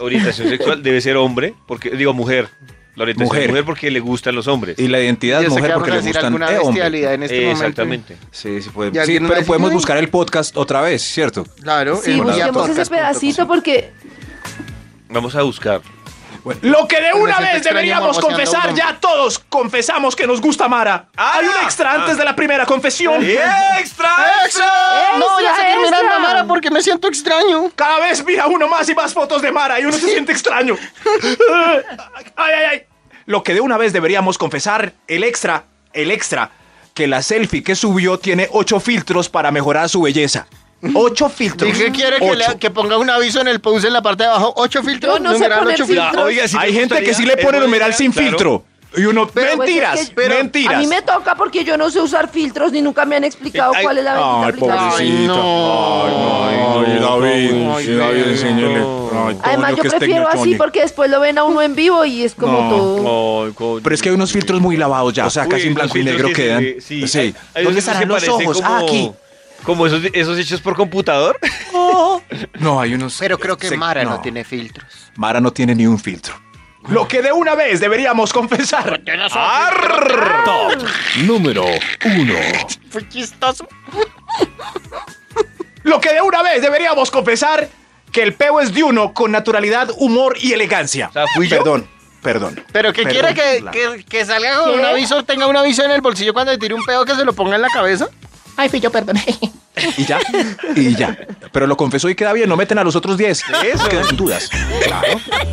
[SPEAKER 4] Orientación sexual debe ser hombre, porque digo mujer. La orientación
[SPEAKER 7] Mujer.
[SPEAKER 4] mujer, mujer porque le gustan los hombres.
[SPEAKER 7] Y la identidad
[SPEAKER 8] Yo sé que
[SPEAKER 7] mujer
[SPEAKER 8] vamos
[SPEAKER 7] porque
[SPEAKER 8] a
[SPEAKER 7] le
[SPEAKER 8] decir
[SPEAKER 7] gustan
[SPEAKER 8] alguna
[SPEAKER 7] eh, hombre.
[SPEAKER 8] bestialidad en este
[SPEAKER 4] Eh,
[SPEAKER 8] momento.
[SPEAKER 4] Exactamente.
[SPEAKER 7] Sí, sí,
[SPEAKER 8] Y
[SPEAKER 7] puede, sí
[SPEAKER 8] alguien va a
[SPEAKER 7] pero
[SPEAKER 8] decir,
[SPEAKER 7] podemos
[SPEAKER 8] "Ay".
[SPEAKER 7] buscar el podcast otra vez, ¿cierto?
[SPEAKER 8] Claro.
[SPEAKER 5] sí,
[SPEAKER 8] en
[SPEAKER 5] busquemos ese
[SPEAKER 8] podcast.com.
[SPEAKER 5] pedacito porque
[SPEAKER 4] Vamos a buscar.
[SPEAKER 7] Lo que de
[SPEAKER 8] Me
[SPEAKER 7] una
[SPEAKER 8] siento
[SPEAKER 7] vez
[SPEAKER 8] extraño
[SPEAKER 7] deberíamos
[SPEAKER 8] balbuceando
[SPEAKER 7] confesar
[SPEAKER 8] un hombre.
[SPEAKER 7] ya todos confesamos que nos gusta Mara.
[SPEAKER 4] Ah.
[SPEAKER 7] Hay un extra antes de la primera confesión.
[SPEAKER 4] ¡Extra!
[SPEAKER 8] ¡Extra! No, ya
[SPEAKER 5] ¡Extra,
[SPEAKER 8] seguir
[SPEAKER 5] extra!
[SPEAKER 8] mirando a Mara porque me siento extraño.
[SPEAKER 7] Cada vez mira uno más y más fotos de Mara y uno se siente extraño. ay, ay, ay. Lo que de una vez deberíamos confesar, el extra, el extra, que la selfie que subió tiene ocho filtros para mejorar su belleza. Ocho filtros.
[SPEAKER 8] Dije, quiere que,
[SPEAKER 7] Ocho.
[SPEAKER 8] le- que ponga un aviso en el post en la parte de abajo. Ocho filtros.
[SPEAKER 5] Yo no sé
[SPEAKER 8] numeral
[SPEAKER 5] poner
[SPEAKER 8] ocho
[SPEAKER 5] filtros.
[SPEAKER 8] filtros.
[SPEAKER 4] oiga, si
[SPEAKER 7] Hay
[SPEAKER 4] te
[SPEAKER 7] gente que
[SPEAKER 4] gustaría,
[SPEAKER 7] sí le
[SPEAKER 4] es
[SPEAKER 7] pone
[SPEAKER 4] buena
[SPEAKER 7] numeral
[SPEAKER 4] idea,
[SPEAKER 7] sin
[SPEAKER 4] claro.
[SPEAKER 7] filtro. Y uno,
[SPEAKER 5] pues,
[SPEAKER 7] mentiras,
[SPEAKER 5] es que-
[SPEAKER 7] mentiras.
[SPEAKER 5] a mí me toca porque yo no sé usar filtros ni nunca me han explicado
[SPEAKER 4] Ay,
[SPEAKER 5] cuál es la bendita
[SPEAKER 7] Ay,
[SPEAKER 5] aplicación.
[SPEAKER 8] pobrecito.
[SPEAKER 7] pobrecita.
[SPEAKER 8] Ay, no.
[SPEAKER 7] Ay, David.
[SPEAKER 8] Ay,
[SPEAKER 7] sí, David,
[SPEAKER 8] David,
[SPEAKER 7] enséñele.
[SPEAKER 4] no.
[SPEAKER 7] Ay, coño,
[SPEAKER 5] Además, yo
[SPEAKER 7] que este es
[SPEAKER 5] prefiero así
[SPEAKER 7] tecnotonic.
[SPEAKER 5] porque después lo ven a uno en vivo y es como
[SPEAKER 7] No,
[SPEAKER 5] todo.
[SPEAKER 4] Ay, coño.
[SPEAKER 7] Pero es que hay unos filtros muy lavados ya, o sea,
[SPEAKER 4] Uy,
[SPEAKER 7] casi en blanco y
[SPEAKER 4] los
[SPEAKER 7] negro
[SPEAKER 4] filtros que
[SPEAKER 7] quedan. Pues,
[SPEAKER 4] se- Sí.
[SPEAKER 7] Sí.
[SPEAKER 4] Hay- hay
[SPEAKER 7] ¿Dónde
[SPEAKER 4] unos que
[SPEAKER 7] estarán los
[SPEAKER 4] parecen
[SPEAKER 7] ojos?
[SPEAKER 4] como-
[SPEAKER 7] Ah, aquí.
[SPEAKER 4] Como esos, esos hechos por computador.
[SPEAKER 7] No, hay unos.
[SPEAKER 8] Pero creo que
[SPEAKER 7] se-
[SPEAKER 8] Mara no tiene filtros.
[SPEAKER 7] Mara no tiene ni un filtro. Lo que de una vez deberíamos confesar.
[SPEAKER 2] Número uno.
[SPEAKER 8] Fue chistoso.
[SPEAKER 7] Lo que de una vez deberíamos confesar que el peo es de uno con naturalidad, humor y elegancia.
[SPEAKER 4] sea, fui yo.
[SPEAKER 7] perdón, perdón.
[SPEAKER 8] Pero que
[SPEAKER 7] Perdón,
[SPEAKER 8] quiere que,
[SPEAKER 7] la-
[SPEAKER 8] que- que salga con
[SPEAKER 5] ¿Qué?
[SPEAKER 8] un aviso, tenga un aviso en el bolsillo cuando le tire un pedo que se lo ponga en la cabeza.
[SPEAKER 10] Ay, pillo, perdón.
[SPEAKER 7] Y ya, y ya. Pero lo confesó y queda bien, no meten a los otros 10. Eso. Quedan sin dudas. Claro.